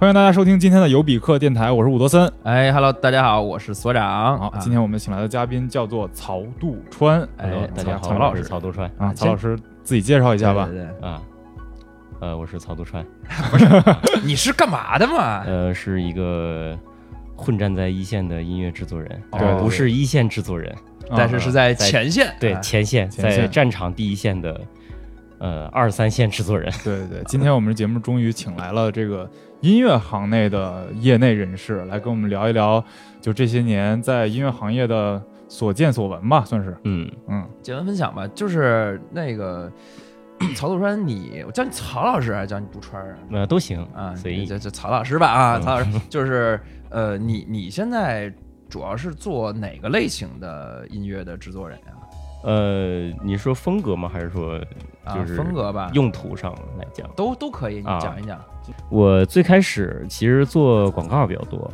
欢迎大家收听今天的有比克电台，我是伍德森。哎，Hello，大家好，我是所长。啊好，今天我们请来的嘉宾叫做曹杜川，哎大家好，曹老我是师曹独川啊，先曹老师自己介绍一下吧。对对对啊，呃，我是曹独川，你是干嘛的哎嘛？呃，是一个混战在一线的音乐制作人，对但是对不对是一线制作人，啊但是是在前线，对哎，前线前线在战场第一线的，呃，二三线制作人，对对对，今天我们节目终于请来了这个音乐行内的业内人士来跟我们聊一聊，就这些年在音乐行业的所见所闻吧，算是。嗯，嗯，简单分享吧，就是那个曹杜川，你我叫你曹老师还是叫你杜川啊？呃，都行啊，随意就就曹老师吧啊，嗯曹老师就是呃，你你现在主要是做哪个类型的音乐的制作人呀？呃，你说风格吗？还是说啊，就是风格吧，用途上来讲？都都可以，你啊讲一讲。我最开始其实做广告比较多，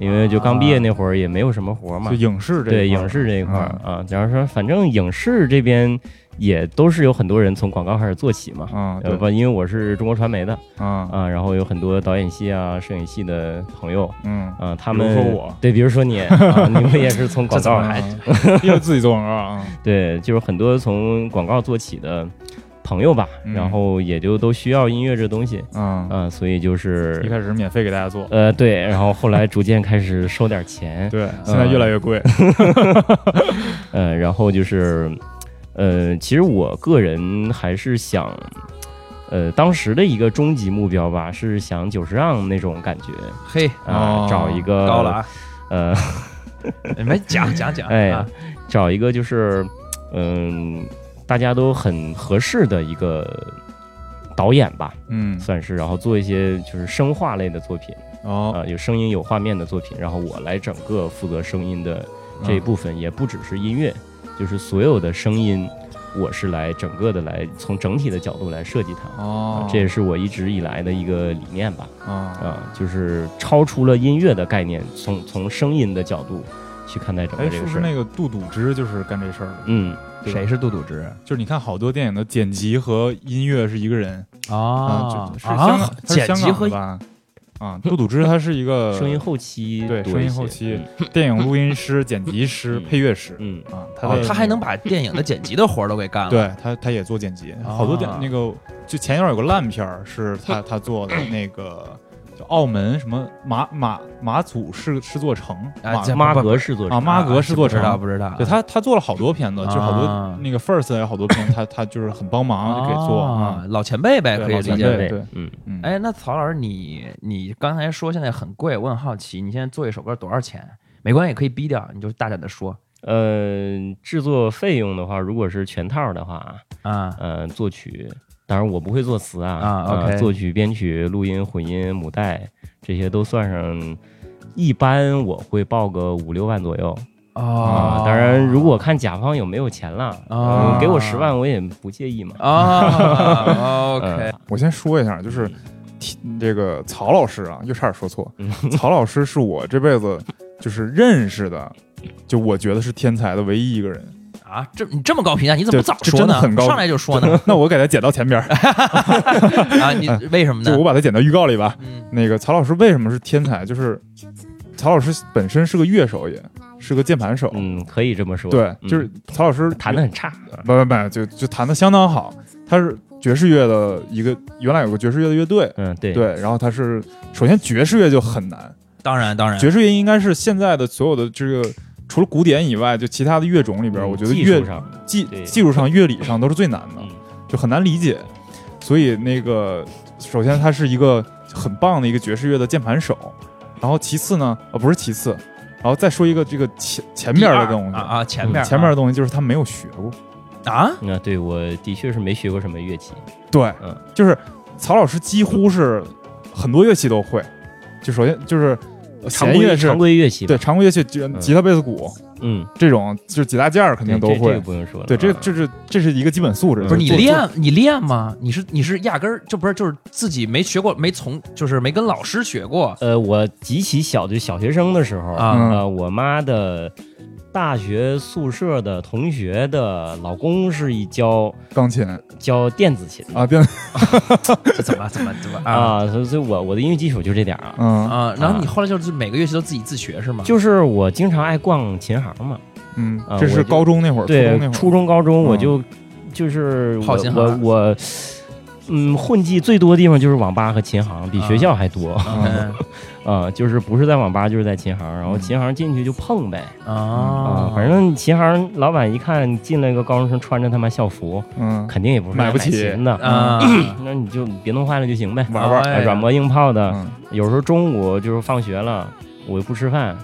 因为就刚毕啊业那会儿也没有什么活儿嘛就，影视这嗯对一块儿嗯影视这一块儿啊，假如说反正影视这边也都是有很多人从广告开始做起嘛。啊，呃对不，因为我是中国传媒的啊，啊，然后有很多导演系啊、摄影系的朋友嗯，啊，他比如们说我对，比如 说你，啊、你们也是从广这怎告么还啊 又自己做广告啊，对，就是很多从广告做起的朋友吧，嗯然后也就都需要音乐这东西嗯，啊，所以就一是开始免费给大家做，呃对，然后后来逐渐开始收点钱，对，现在越来越贵，呃，然后就是，呃，其实我个人还是想，呃，当时的一个终极目标吧，是想九十让那种感觉嘿，哦啊、找一个高了啊！呃，你们讲讲讲， 哎啊，找一个就是，嗯、大家都很合适的一个导演吧，嗯，算是，然后做一些就是声画类的作品啊、哦，有声音有画面的作品，然后我来整个负责声音的这一部分也不只是音乐，就是所有的声音，我是来整个的来从整体的角度来设计它。嗯哦啊，，这也是我一直以来的一个理念吧，啊，啊，就是超出了音乐的概念，从从声音的角度去看待整哎，个这是个不事是儿。那个杜笃之就是干这事儿的？嗯，对吧谁是杜笃之就是你看好多电影的剪辑和音乐是一个人啊，就是香港，啊，他是剪香辑港和的吧？啊，杜笃之他是一 个声音后期呃对多声音一些后期， 电影录音师、剪辑师、嗯配乐师嗯，啊，他哦的，他还能把电影的剪辑的活儿都给干了。，对他他也做剪辑，好多电啊那个就前一段有个烂片儿是他他做的那个。就澳门什么马马马祖是是座城，啊马这嗯妈格式作者啊妈格是做知道城，不知道？对他他做了好多片子，就是好啊多那个 First 有好多片，他他就是很帮忙就给做啊啊，，老前辈呗，对可以老理前解辈为。对嗯，嗯，哎，那曹老师，你你刚才说现在很贵，我很好奇，你现在做一首歌多少钱？没关系，可以逼掉，你就大胆的说呃，制作费用的话，如果是全套的话，啊呃，作曲，当然我不会作词啊，啊呃 OK 作曲、编曲、录音、混音、母带这些都算上，一般我会报个五六万左右啊、哦当然，如果看甲方有没有钱了，啊嗯给我十万我也不介意嘛。呃啊 ，OK，我先说一下，就是嗯提这个曹老师啊，又差点说错。 曹老师是我这辈子就是认识的，就我觉得是天才的唯一一个 人。啊，这你这么高评价，你怎嗯对么不早这说真的呢？很高上来就说 呢那我给他剪到前边儿，啊？你为什么就呢我？把他剪到预告里吧。嗯那个曹老师为什么是天才？就是曹老师本身是个乐手也，是个键盘手。嗯，可以这么说。对，嗯就是曹老师弹的很差。不不不，就就弹的相当好。他是爵士乐的一个，原来有个爵士乐的乐队，嗯，对，对。然后他是首先爵士乐就很难，当然嗯当然，爵士乐应该是现在的所有的这个除了古典以外，就其他的乐种里边，我觉得嗯技乐啊术上，技对技术上、乐理上都是最难的嗯，就很难理解。所以那个，首先他是一个很棒的一个爵士乐的键盘手，然后其次呢，呃，不是其次，然后再说一个这个前前面的东第西，嗯二啊啊，前面啊前面的东西就是他没有学过，啊，那对我的确是没学过什么乐器。对嗯，就是曹老师几乎是很多乐器都会，就首先就是呃常弦乐规是常。规乐器吧，对常规乐器，吉吉他、贝斯、鼓，嗯，这种就是几大件儿肯对定都这这会个。不用说了。对，这啊这是这是一个基本素质。不是你嗯做练你练吗？你是你是压根儿就不是就是自己没学过，没从就是没跟老师学过嗯呃，我极其小，就小学生的时候啊呃，我妈的大学宿舍的同学的老公是一教钢琴教电子琴的啊，电这怎么怎么怎么啊啊，所以所以我我的音乐基础就这点儿啊，嗯啊？然后你后来就是每个乐器都自己自学是吗？就是我经常爱逛琴行嘛，嗯啊，这是我就高中那会儿，初对中那，会儿初中高中嗯我就就是泡我琴我啊行我。嗯，混迹最多的地方就是网吧和琴行，比学校还多啊、嗯就是不是在网吧就是在琴行，然后嗯琴行进去就碰呗啊、啊，反正琴行老板一看进来个高中生穿着他妈校服，嗯肯定也不是来买不起琴的，啊，那你就别弄坏了就行呗，玩玩哎啊呀软磨硬泡的。嗯有时候中午就是放学了，我又不吃饭，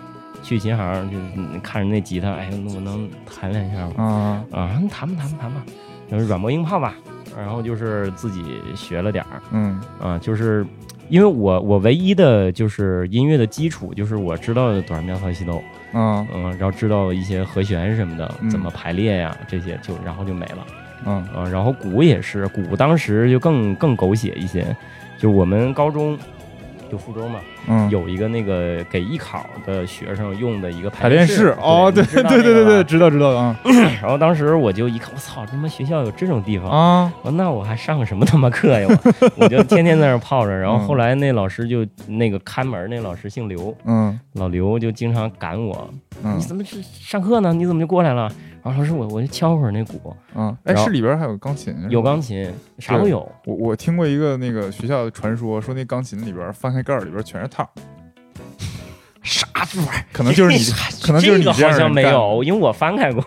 去琴行就嗯看着那吉他，哎，我能弹两下吗？啊啊，弹吧弹吧弹吧，就是软磨硬泡吧。然后就是自己学了点儿嗯啊，就是因为我我唯一的就是音乐的基础就是我知道短儿苗条西哆，啊嗯，然后知道一些和弦什么的嗯怎么排列呀、这些就然后就没了。嗯啊，然后鼓也是，鼓当时就更更狗血一些，就我们高中就附中嘛，嗯，有一个那个给艺考的学生用的一个排排练室室哦，对对对你知道对那个对对，吧知道知道啊然后当时我就一看，我操，他妈学校有这种地方，啊我说那我还上个什么他妈课呀？ 我我就天天在那儿泡着。然后嗯后来那老师就那个看门儿那老师姓刘，嗯老刘就经常赶我，嗯你怎么去上课呢？你怎么就过来了？然后老师我我就敲会儿那鼓，嗯，哎，然后是里边还有钢琴嗯是吧有钢琴，啥都对有。我我听过一个那个学校的传说，说那钢琴里边儿翻开盖儿里边儿全是套 儿，啥玩意儿？可能就是你，可能就是你这个这样好像人没干的有，因为我翻开 过。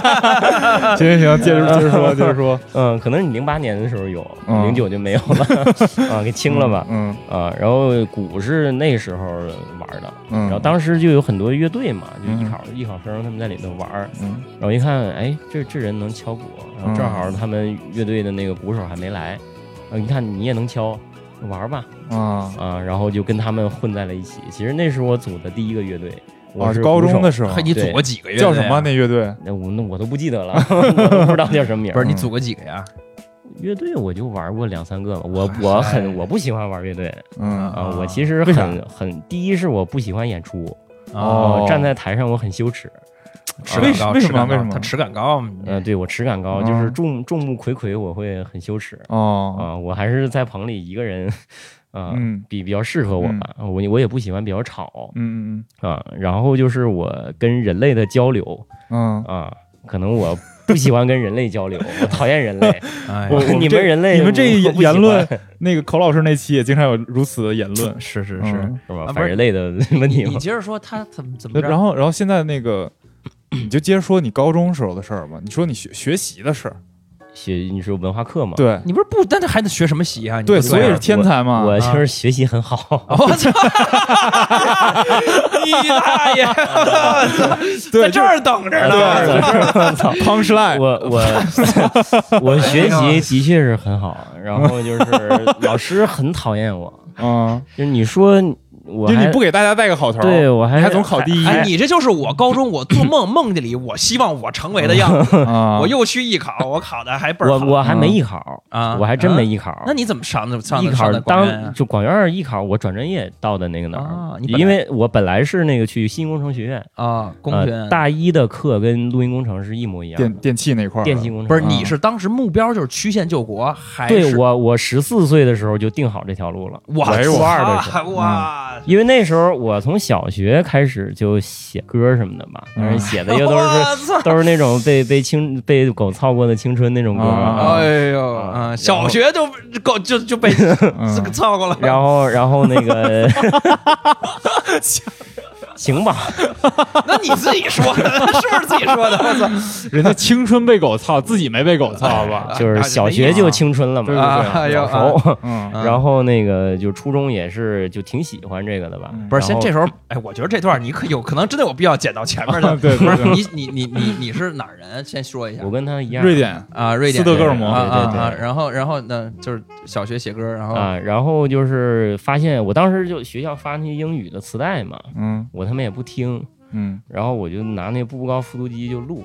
行行行，接着接着说，接着 说，嗯，可能你零八年的时候有，嗯零九就没有了 啊，给清了吧。嗯啊，然后鼓是那时候玩的，嗯，然后当时就有很多乐队嘛，就艺嗯考艺考生他们在里头玩儿，嗯然后一看，哎，这这人能敲鼓，然后嗯正好他们乐队的那个鼓手还没来，啊，一看你也能敲，玩儿吧，啊啊，然后就跟他们混在了一起。其实那是我组的第一个乐队，我啊，是高鼓手中的时候嘿，你组对过几个月？叫什啊么？那乐队？那我那我都不记得了， 我都不知道叫什么名不儿。嗯是你组过几个呀？乐队我就玩过两三个吧，我我很我不喜欢玩乐队嗯啊、啊我其实哎为啥很很第一是我不喜欢演出，啊哦呃站在台上我很羞耻，耻为感什高，为什耻么感为高什么他耻感高，嗯、对我耻感高，嗯就是众众目睽睽我会很羞耻哦，啊、我还是在棚里一个人啊、嗯比比较适合我吧，我我也不喜欢比较吵嗯嗯啊、然后就是我跟人类的交流嗯啊、可能我不喜欢跟人类交流， 我讨厌人类。哎我呀，我 你这们人类，你们这一我不喜言论欢嗯，那个口老师那期也经常有如此的言论，是是嗯是。是吧啊？不反是人类的问题你吗？接着说他怎么怎么对着？然后，然后现在那个，你就接着说你高中时候的事儿吧。你说你学学习的事儿，学你说文化课嘛？，对你不是不，但是还得学什么习啊？你对，不所以啊哦是天才嘛。我就是学习 很好，我操！你 大爷，对哎在这儿等着 呢。 punch line，我我 我学习的确是很好，然后就是老师很讨厌我，嗯，就是你说我就还你不给大家带个好头儿，对我还你是还总考第一哎，你这就是我高中我做 梦梦见里我希望我成为的样子。啊！我又去艺考，我考的还倍儿嗯我好我还没艺考，啊！我还真没啊。艺考。那你怎么上的上艺的考上的广啊院当就广院艺考，我转专业到的那个哪啊儿，你本来因为我本来是那个去新工程学院，啊啊？工呃学、大一的课跟录音工程是一模一样电的，电器那块儿，电气工程不是啊你是当时目标就是曲线救国，还对是我，我十四岁的时候就定好这条路了。我哎呦初二的时候，嗯操哇！因为那时候我从小学开始就写歌什么的嘛，嗯但是写的又都 是啊我操！都是那种被被青被狗操过的青春那种歌。啊哎呦，啊啊，然小后学就够就就被这个嗯操过了，然后，然后那个，行吧，那你自己说的，是不是自己说的？我操！人家青春被狗操，自己没被狗哎操吧？就是小学就青春了对对嘛，对哎呦，啊老熟。嗯啊 然后那个就初中也是就挺喜欢这个的吧嗯，不是，然先后这时候，哎，我觉得这段你可有可能真的有必要剪到前面的。对不对是对你你你你你是哪儿人？先说一下我跟他一样，瑞典啊，瑞典斯德哥尔摩啊啊对对对啊！然后然后呢，就是小学写歌，然后啊。然后就是发现我当时就学校发那些英语的磁带嘛，嗯我他妈也不听，嗯，然后我就拿那步步高复读机就录。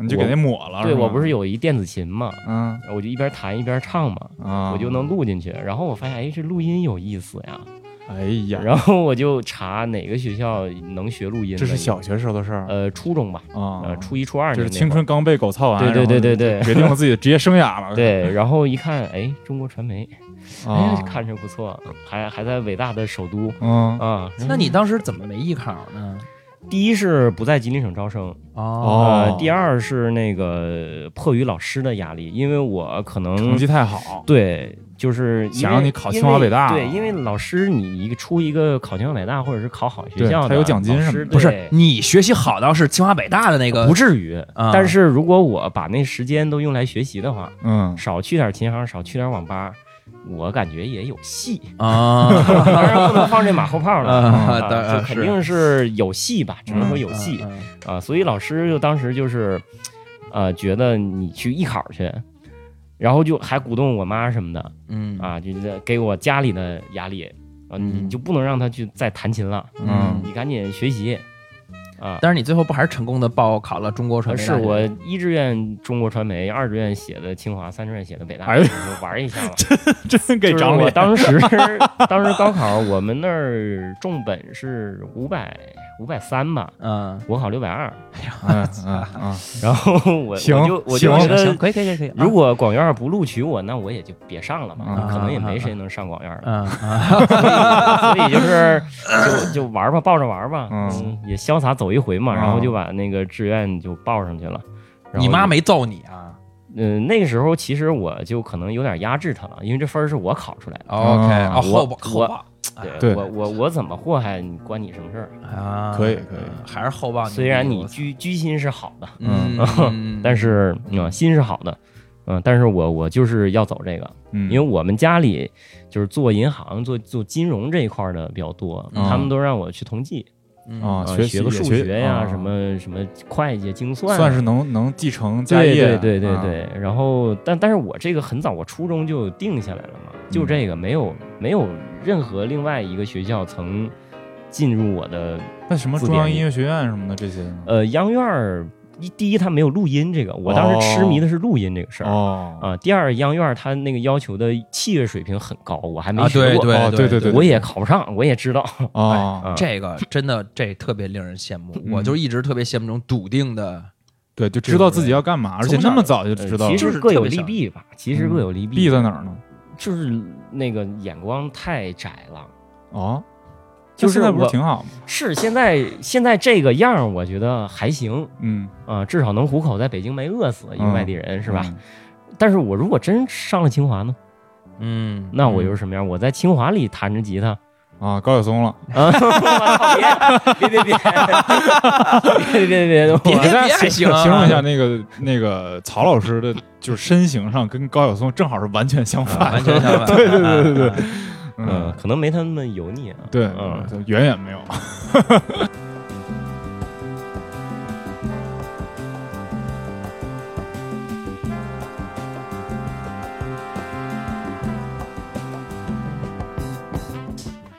你就给那抹了。对吧我不是有一电子琴嘛，嗯我就一边弹一边唱嘛，啊，我就能录进去。然后我发现，哎，这录音有意思呀，哎呀，然后我就查哪个学校能学录音的。这是小学时候的事儿呃初中吧，啊，呃初一初二就是年那青会儿春刚被狗操完，对对对然对后决对定了自己的职业生涯了。 对，然后一看，哎，中国传媒，哎啊，， 看着不错，还还在伟大的首都嗯，啊。那你当时怎么没艺考呢？第一是不在吉林省招生，哦呃，第二是那个迫于老师的压力，因为我可成能绩太好，对，就是因为想让你考清华北大因为对，因为老师你一个出一个考清华北大或者是考好学对校的，他有奖金什么的不对是你学习好到是清华北大的那个，不至于啊。但是如果我把那时间都用来学习的话，嗯，少去点琴行，少去点网吧，我感觉也有 戏。啊当然不能放这马后炮了。啊，啊当然就肯定是有戏吧，只能说有戏嗯嗯嗯啊。所以老师就当时就是，呃，觉得你去艺考去，然后就还鼓动我妈什么的嗯啊，就是给我家里的压力啊，嗯你就不能让她去再弹琴了，嗯你赶紧学习啊。但是你最后不还是成功的报考了中国传媒是大学？我一志愿中国传媒，二志愿写的清华，三志愿写的北大，哎呦我就玩一下 吧。嗯真给就是长我脸。当时当时高考，我们那儿重本是五百五百三吧，嗯，我考六百二，嗯嗯嗯，然后我我行就我就行觉行得行，，可以可以可以可以。如果广院不录取我，那我也就别上了嘛，啊可能也没谁能上广院了，嗯 啊， 所以就是就就玩吧，抱着玩吧，嗯嗯，也潇洒走一回嘛，啊然后就把那个志愿就报上去了。然后你妈就？没揍你啊嗯，那个时候其实我就可能有点压制她了，因为这分儿是我考出来的。 ？OK，嗯哦，后我报后报哎对我我我怎么祸害你，关你什么事儿？啊，可以可以嗯，还是后报。虽然你居居心是好的，嗯，嗯但是嗯、心是好的，嗯、但是我我就是要走这个，嗯因为我们家里就是做银行、做做金融这一块儿的比较多，嗯他们都让我去统计，嗯啊啊，学习学个也数学学呀、啊什么什么会计、精算啊，算是能能继承家对业，对对对啊对。然后，但但是我这个很早，我初中就定下来了嘛，嗯就这个没有没有任何另外一个学校曾进入我的那什么自中央编音乐学院什么的这些呢？呃央院儿一第一它没有录音这个，我当时痴迷的是录音这个事儿。哦，啊，第二央院儿它那个要求的器乐水平很高，我还没啊，学对过，哦对对对我也考不上，我也知道。哦，啊，这个真的这特别令人羡慕，嗯我就一直特别羡慕这种笃定的，对，就知道自己要干嘛，而且那么早就呃知道其了，实各有利弊吧，其实各有利弊。弊在哪儿呢？就是那个眼光太窄了。哦，就那现在是不是我挺好吗？是现在现在这个样儿，我觉得还行嗯，啊，至少能糊口，在北京没饿死一个嗯外地人，是吧？但是我如果真上了清华呢，嗯，那我又是什么样？我在清华里弹着吉他，嗯？啊，高晓松了，别别别别别别别！ 别给大家别形行啊形容一下那个那个曹老师的，就是身形上跟高晓松正好是完全相反。完全相反，对对对对对，嗯，嗯，可能没他们油腻啊。对，嗯，远远没有。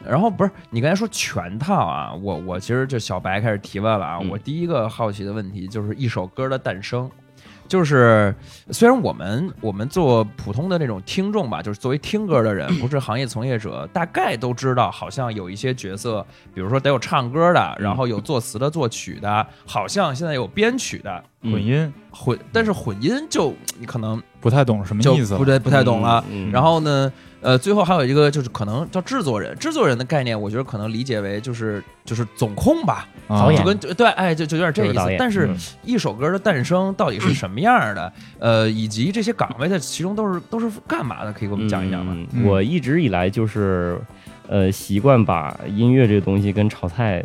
然后不是你刚才说全套啊，我我其实就小白开始提问了啊，嗯我第一个好奇的问题就是一首歌的诞生。就是，虽然我们我们做普通的那种听众吧，就是作为听歌的人，不是行业从业者，大概都知道，好像有一些角色，比如说得有唱歌的，然后有作词的、作曲的，好像现在有编曲的嗯混音混，但是混音就你可能不太懂什么就意思不了，太不太懂了。嗯嗯然后呢，呃，最后还有一个就是可能叫制作人，制作人的概念，我觉得可能理解为就是就是总控吧，啊导就演跟对，哎，就就有点这意就是导思。演但是嗯一首歌的诞生到底是什么样的？呃，以及这些岗位在其中都是都是干嘛的？可以给我们讲一讲吗？嗯嗯我一直以来就是，呃，习惯把音乐这个东西跟炒菜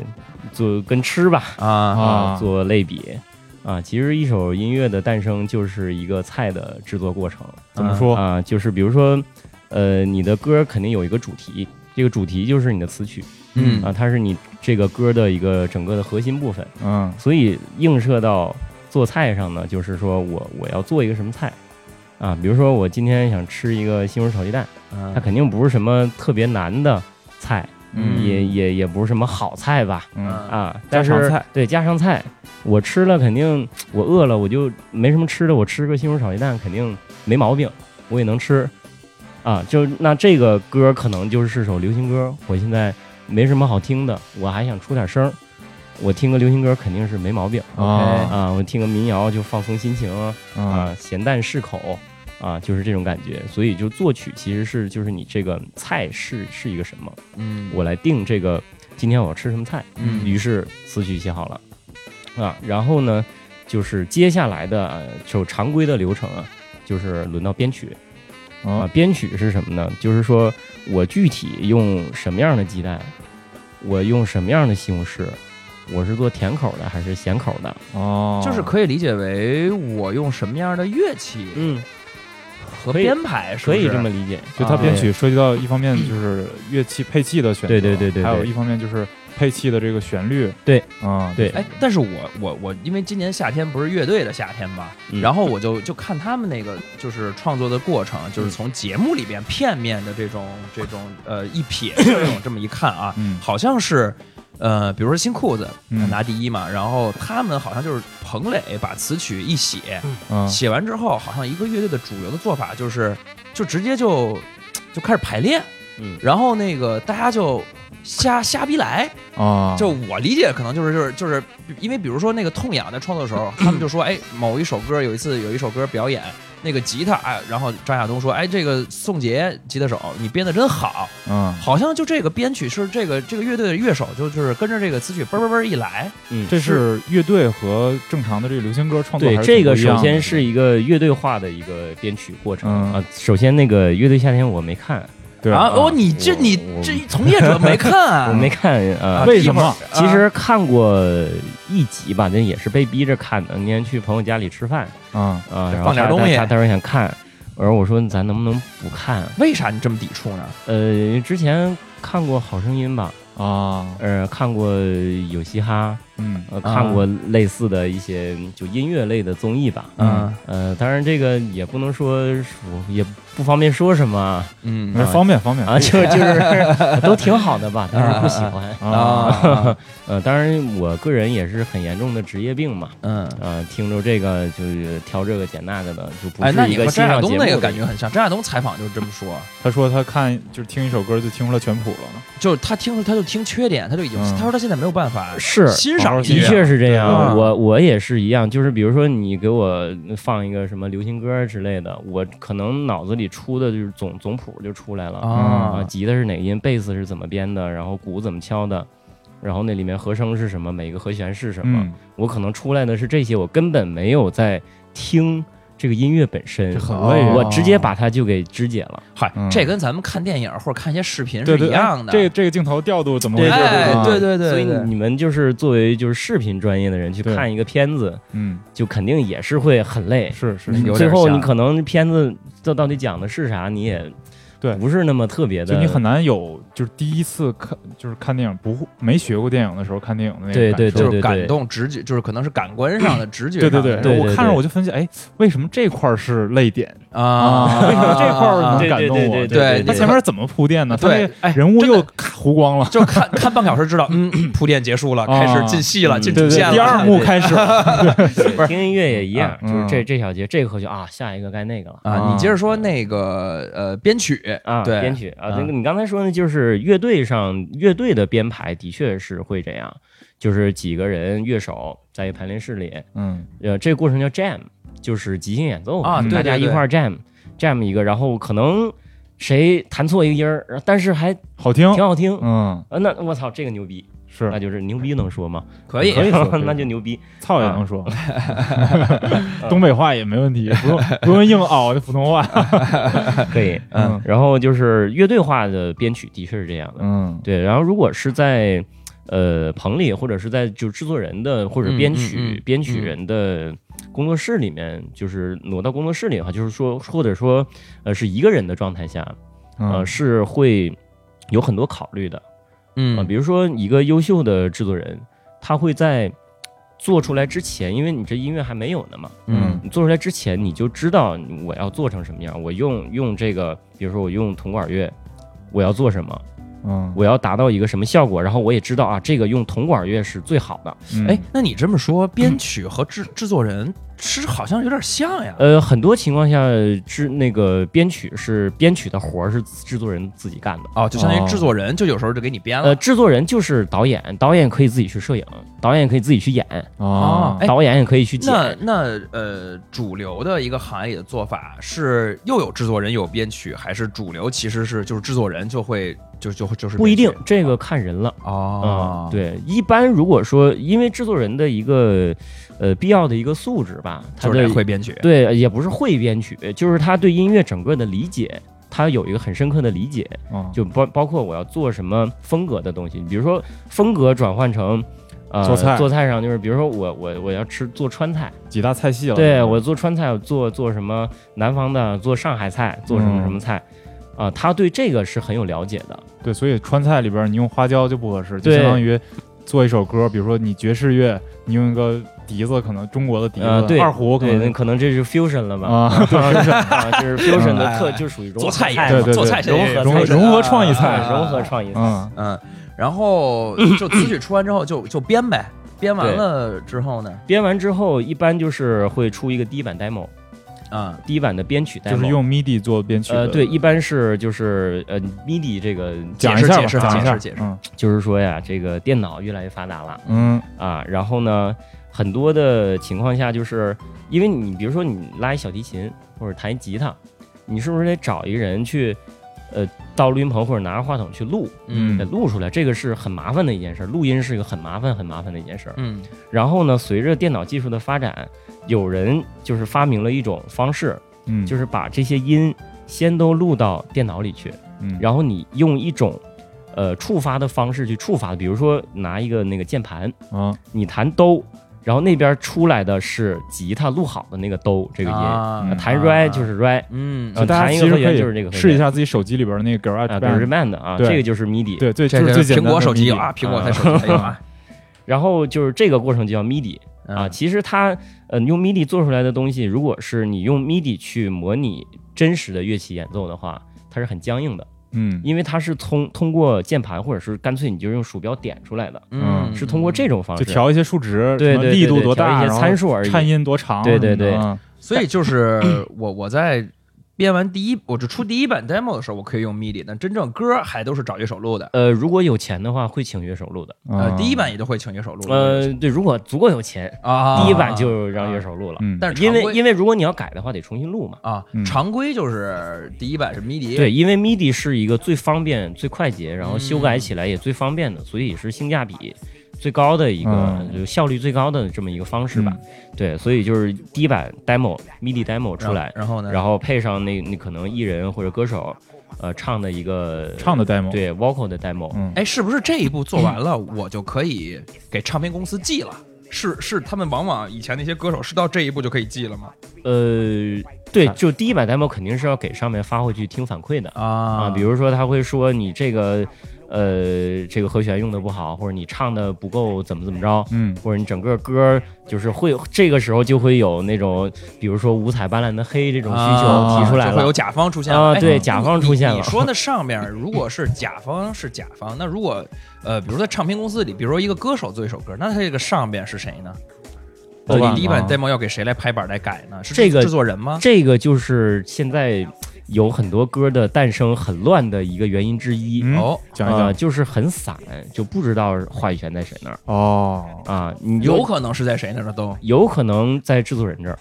做跟吃吧啊啊做类比啊。其实一首音乐的诞生就是一个菜的制作过程怎么说啊，就是比如说，呃，你的歌肯定有一个主题，这个主题就是你的词曲嗯啊，它是你这个歌的一个整个的核心部分。嗯所以映射到做菜上呢，就是说我我要做一个什么菜啊，比如说我今天想吃一个西红柿炒鸡蛋，它嗯肯定不是什么特别难的菜，嗯也也也不是什么好菜吧嗯啊，家但常是菜对家常菜，我吃了肯定我饿了我就没什么吃的，我吃个西红柿炒鸡蛋肯定没毛病，我也能吃。啊，就那这个歌可能就是首流行歌，我现在没什么好听的，我还想出点声儿，我听个流行歌肯定是没毛病啊啊，我听个民谣就放松心情啊，啊啊咸淡适口啊，就是这种感觉。所以就作曲其实是就是你这个菜是是一个什么，嗯，我来定这个今天我要吃什么菜，嗯于是词曲写好了啊，然后呢就是接下来的呃就常规的流程啊，就是轮到编曲。啊，啊编曲是什么呢？就是说我具体用什么样的鸡蛋，我用什么样的西红柿，我是做甜口的还是咸口的？哦，就是可以理解为我用什么样的乐器嗯，和可以编排，是不可以是啊这么理解。就它编曲涉及到一方面就是乐器配器的选择，对对对对对还有一方面就是配器的这个旋律，对啊，对，哎，但是我我我，因为今年夏天不是乐队的夏天嘛，嗯然后我就就看他们那个就是创作的过程，嗯就是从节目里边片面的这种这种呃一瞥这种这么一看啊，嗯好像是呃，比如说新裤子嗯拿第一嘛，然后他们好像就是彭磊把词曲一写，啊写完之后，好像一个乐队的主流的做法就是就直接就就开始排练，嗯然后那个大家就瞎瞎逼来。啊，嗯就我理解，可能就是就是就是因为比如说那个痛痒在创作的时候，嗯他们就说，哎，某一首歌有一次有一首歌表演，那个吉他，哎，然后张亚东说，哎，这个宋杰吉他手你编的真好，啊，好像就这个编曲是这个这个乐队的乐手就就是跟着这个词曲嘣嘣嘣一来，嗯，这是乐队和正常的这个流行歌创作对还是这挺不个一样首的先是一个乐队化的一个编曲过程、嗯啊。首先那个乐队夏天我没看，对啊，哦，你这我你我这从业者没看啊，我没看啊。为什么？ 其实看过一集吧，那也是被逼着看的。那天去朋友家里吃饭，啊啊，再然后放点他东他西他他说想看，我说我说咱能不能不看啊？为啥你这么抵触呢？呃，之前看过《好声音》吧，啊呃，看过有嘻哈，嗯呃，啊看过类似的一些就音乐类的综艺吧。嗯呃，当然这个也不能说，我也不方便说什么啊，嗯没事哎方便方便 啊就就是 都挺好的吧，当然不喜欢。啊 呃，当然我个人也是很严重的职业病嘛，嗯。呃，听着这个就是挑这个拣那个的，就 不哎，那是一你个和欣张亚赏节东目那个的感觉很像，张亚东采访就是这么说，他说他看就是听一首歌就听出来全谱了，就是他听他就听缺点，他就已经、嗯他说他现在没有办法是欣赏音的乐，确是这样，啊我我也是一样，就是比如说你给我放一个什么流行歌之类的，我可能脑子里出的就是总总谱就出来了嗯啊吉他是哪个音，贝斯是怎么编的，然后鼓怎么敲的，然后那里面和声是什么，每个和弦是什么，嗯，我可能出来的是这些，我根本没有在听这个音乐本身这。很哦累啊，我直接把它就给肢解了，嗨、嗯这跟咱们看电影或者看一些视频对是对一样哎的。这这个嗯镜头调度怎么回事？哎吧对，对对，所以对你们就是作为就是视频专业的人去对看一个片子，嗯，就肯定也是会很累，是是嗯是有点最后像你可能片子这到底讲的是啥，你也对不是那么特别的，就你很难有，就是第一次看，就是看电影不会没学过电影的时候看电影的那对个感受。就对是对感动直觉，就是可能是感官上的直觉对上的，对对对我看着我就分析，哎，为什么这块儿是泪点啊， 为什么这块儿啊能感动我？对对对对对他前面怎么铺垫呢？他对这哎人物真的又咔糊光了，就看看半个小时，知道嗯，铺垫结束了，啊开始进戏了，嗯进对主对线对，了。第二幕开始了，对听音乐也一样啊，就是这嗯这小节这个就啊，下一个该那个了啊，你接着说那个呃编曲啊，对编曲啊，啊那个你刚才说的就是乐队上乐队的编排的确是会这样，就是几个人乐手在一个排练室里，嗯呃，这个过程叫 jam，就是即兴演奏啊，嗯对大家对一对块儿 jam jam 一个，然后可能谁弹错一个音儿，但是还挺好听，好听，嗯，啊，那我操，这个牛逼，是那就是牛逼能说吗？可以可以说可以那就牛逼。操也能说， 东北话也没问题，不用不用硬熬那普通话。可以。嗯然后就是乐队化的编曲的确是这样的，嗯对。然后如果是在呃棚里或者是在就制作人的或者嗯编嗯曲、嗯编曲嗯人的工作室里面，就是挪到工作室里的话，就是说或者说呃是一个人的状态下，呃嗯是会有很多考虑的啊、嗯比如说一个优秀的制作人，他会在做出来之前，因为你这音乐还没有呢嘛，嗯你做出来之前你就知道我要做成什么样。我用用这个，比如说我用铜管乐，我要做什么，嗯，我要达到一个什么效果，然后我也知道啊，这个用铜管乐是最好的。哎嗯哎，，那你这么说，编曲和制制作人是好像有点像呀。呃，很多情况下制那个编曲是编曲的活儿是制作人自己干的。哦，就相当哦于制作人，就有时候就给你编呃，了。制作人就是导演，导演可以自己去摄影，导演可以自己去演，啊哎导演也可以去剪。那那呃，主流的一个行业里的做法是又有制作人又有编曲，还是主流其实是就是制作人就会就就就是不一定编曲，这个看人了。哦嗯，，对，一般如果说因为制作人的一个呃必要的一个素质吧，他就是的得会编曲。对也不是会编曲，就是他对音乐整个的理解，他有一个很深刻的理解，啊，就包包括我要做什么风格的东西，比如说风格转换成。呃，做菜做菜上就是，比如说我我我要吃做川菜，几大菜系了。对我做川菜，我做做什么南方的，做上海菜，做什么嗯什么菜，啊、他对这个是很有了解的，对，所以川菜里边你用花椒就不合适，就对相当于做一首歌，比如说你爵士乐，你用一个笛子，可能中国的笛子，呃对二胡可对，那能可能这是 fusion 了吧？啊， 哎啊，就是 fusion 的特，嗯就属于融做合菜菜对也嘛，对做对菜融合这菜也系是融合创意菜啊融合创意菜。嗯，嗯，然后就词曲出完之后就就编呗，编完对了之后呢，编完之后，一般就是会出一个第一版 demo，啊，第一版的编曲 demo，就是用 MIDI 做编曲的。呃，对，一般是就是呃 MIDI 这个，讲一解释下吧，解释讲一下，解释解释嗯就是说呀，这个电脑越来越发达了嗯啊，然后呢，很多的情况下就是因为你比如说你拉一小提琴或者弹一吉他，你是不是得找一个人去呃到录音棚或者拿着话筒去录？嗯得录出来，这个是很麻烦的一件事儿。录音是一个很麻烦、很麻烦的一件事儿。嗯然后呢，随着电脑技术的发展，有人就是发明了一种方式，嗯，就是把这些音先都录到电脑里去，嗯，然后你用一种呃触发的方式去触发，比如说拿一个那个键盘，后啊，你弹兜，然后那边出来的是吉他录好的那个兜这个音，啊嗯弹 re 就是 re，嗯呃所以大家弹一其个实和弦可以就是这个和弦试一下自己手机里边那个啊，对 GarageBand， ，remand 啊，对这个就是 MIDI。对对，这就是最是简苹单的果手机 MIDI 啊，苹果它手机哎呦啊然后就是这个过程就叫 MIDI。啊，嗯其实它呃用 MIDI 做出来的东西，如果是你用 MIDI 去模拟真实的乐器演奏的话，它是很僵硬的，嗯，因为它是通通过键盘或者是干脆你就用鼠标点出来的，嗯啊是通过这。种方就式调一些数值，对什么对对力度对多调大，一些然后参数而已颤音多长什对么的，对对嗯所以就是 我我在编完第一，我就出第一版 demo 的时候，我可以用 MIDI，但真正歌还都是找乐手录的。呃，如果有钱的话，会请乐手录的。呃，嗯第一版也就会请乐手录了。啊呃，对，如果足够有钱，啊，第一版就让乐手录了。嗯，但是因为常规因为如果你要改的话，得重新录嘛。啊嗯，常规就是第一版是 MIDI，对，因为 MIDI 是一个最方便、最快捷，然后修改嗯起来也最方便的，所以是性价比最高的一个、嗯就效率最高的这么一个方式吧。对，所以就是第一版 demo MIDI demo 然出后来，然后呢，然后配上那那可能艺人或者歌手，呃，唱的一个唱的 demo，，对 vocal 的 demo，、嗯，哎，是不是这一步做完嗯了，我就可以给唱片公司寄了？是是，他们往往以前那些歌手是到这一步就可以寄了吗？呃，对，就第一版 demo 肯定是要给上面发回去听反馈的啊啊，比如说他会说你这个呃这个和弦用的不好，或者你唱的不够怎么怎么着。嗯或者你整个歌就是会这个时候就会有那种，比如说五彩斑斓的黑这种需求啊提出来就会了有。甲方出现了啊哎对你甲方出现了你你说那上面如果是甲方是甲方，那如果呃，比如在唱片公司里，比如说一个歌手做一首歌，那他这个上边是谁呢？呃你你第一版啊 demo 要给谁来拍板来改呢？是这个制作人吗？这个就是现在有很多歌的诞生很乱的一个原因之一。嗯哦，讲一啊、讲就是很散，就不知道话语权在谁那儿哦，啊。你就有可能是在谁那儿都有可能在制作人这儿，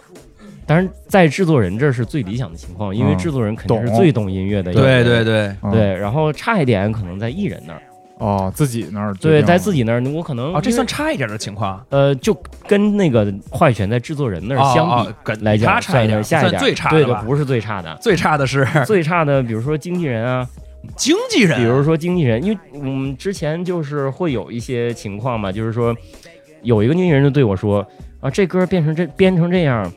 当然在制作人这儿是最理想的情况，因为嗯制作人肯定是懂最懂音乐的一个对人。对对，嗯对，然后差一点可能在艺人那儿，哦，自己那儿决对，定在了自己那儿，我可能哦，这因为算差一点的情况。呃，就跟那个话语权在制作人那哦儿相哦比跟来他讲，差一点算是下一点算最差的对的吧，不是最差 的。最差的 是最差的，比如说经纪 人啊，经纪人，比如说经纪人，因为我们之前就是会有一些情况嘛，就是说有一个经纪人就对我说啊，这歌变成这编成这样，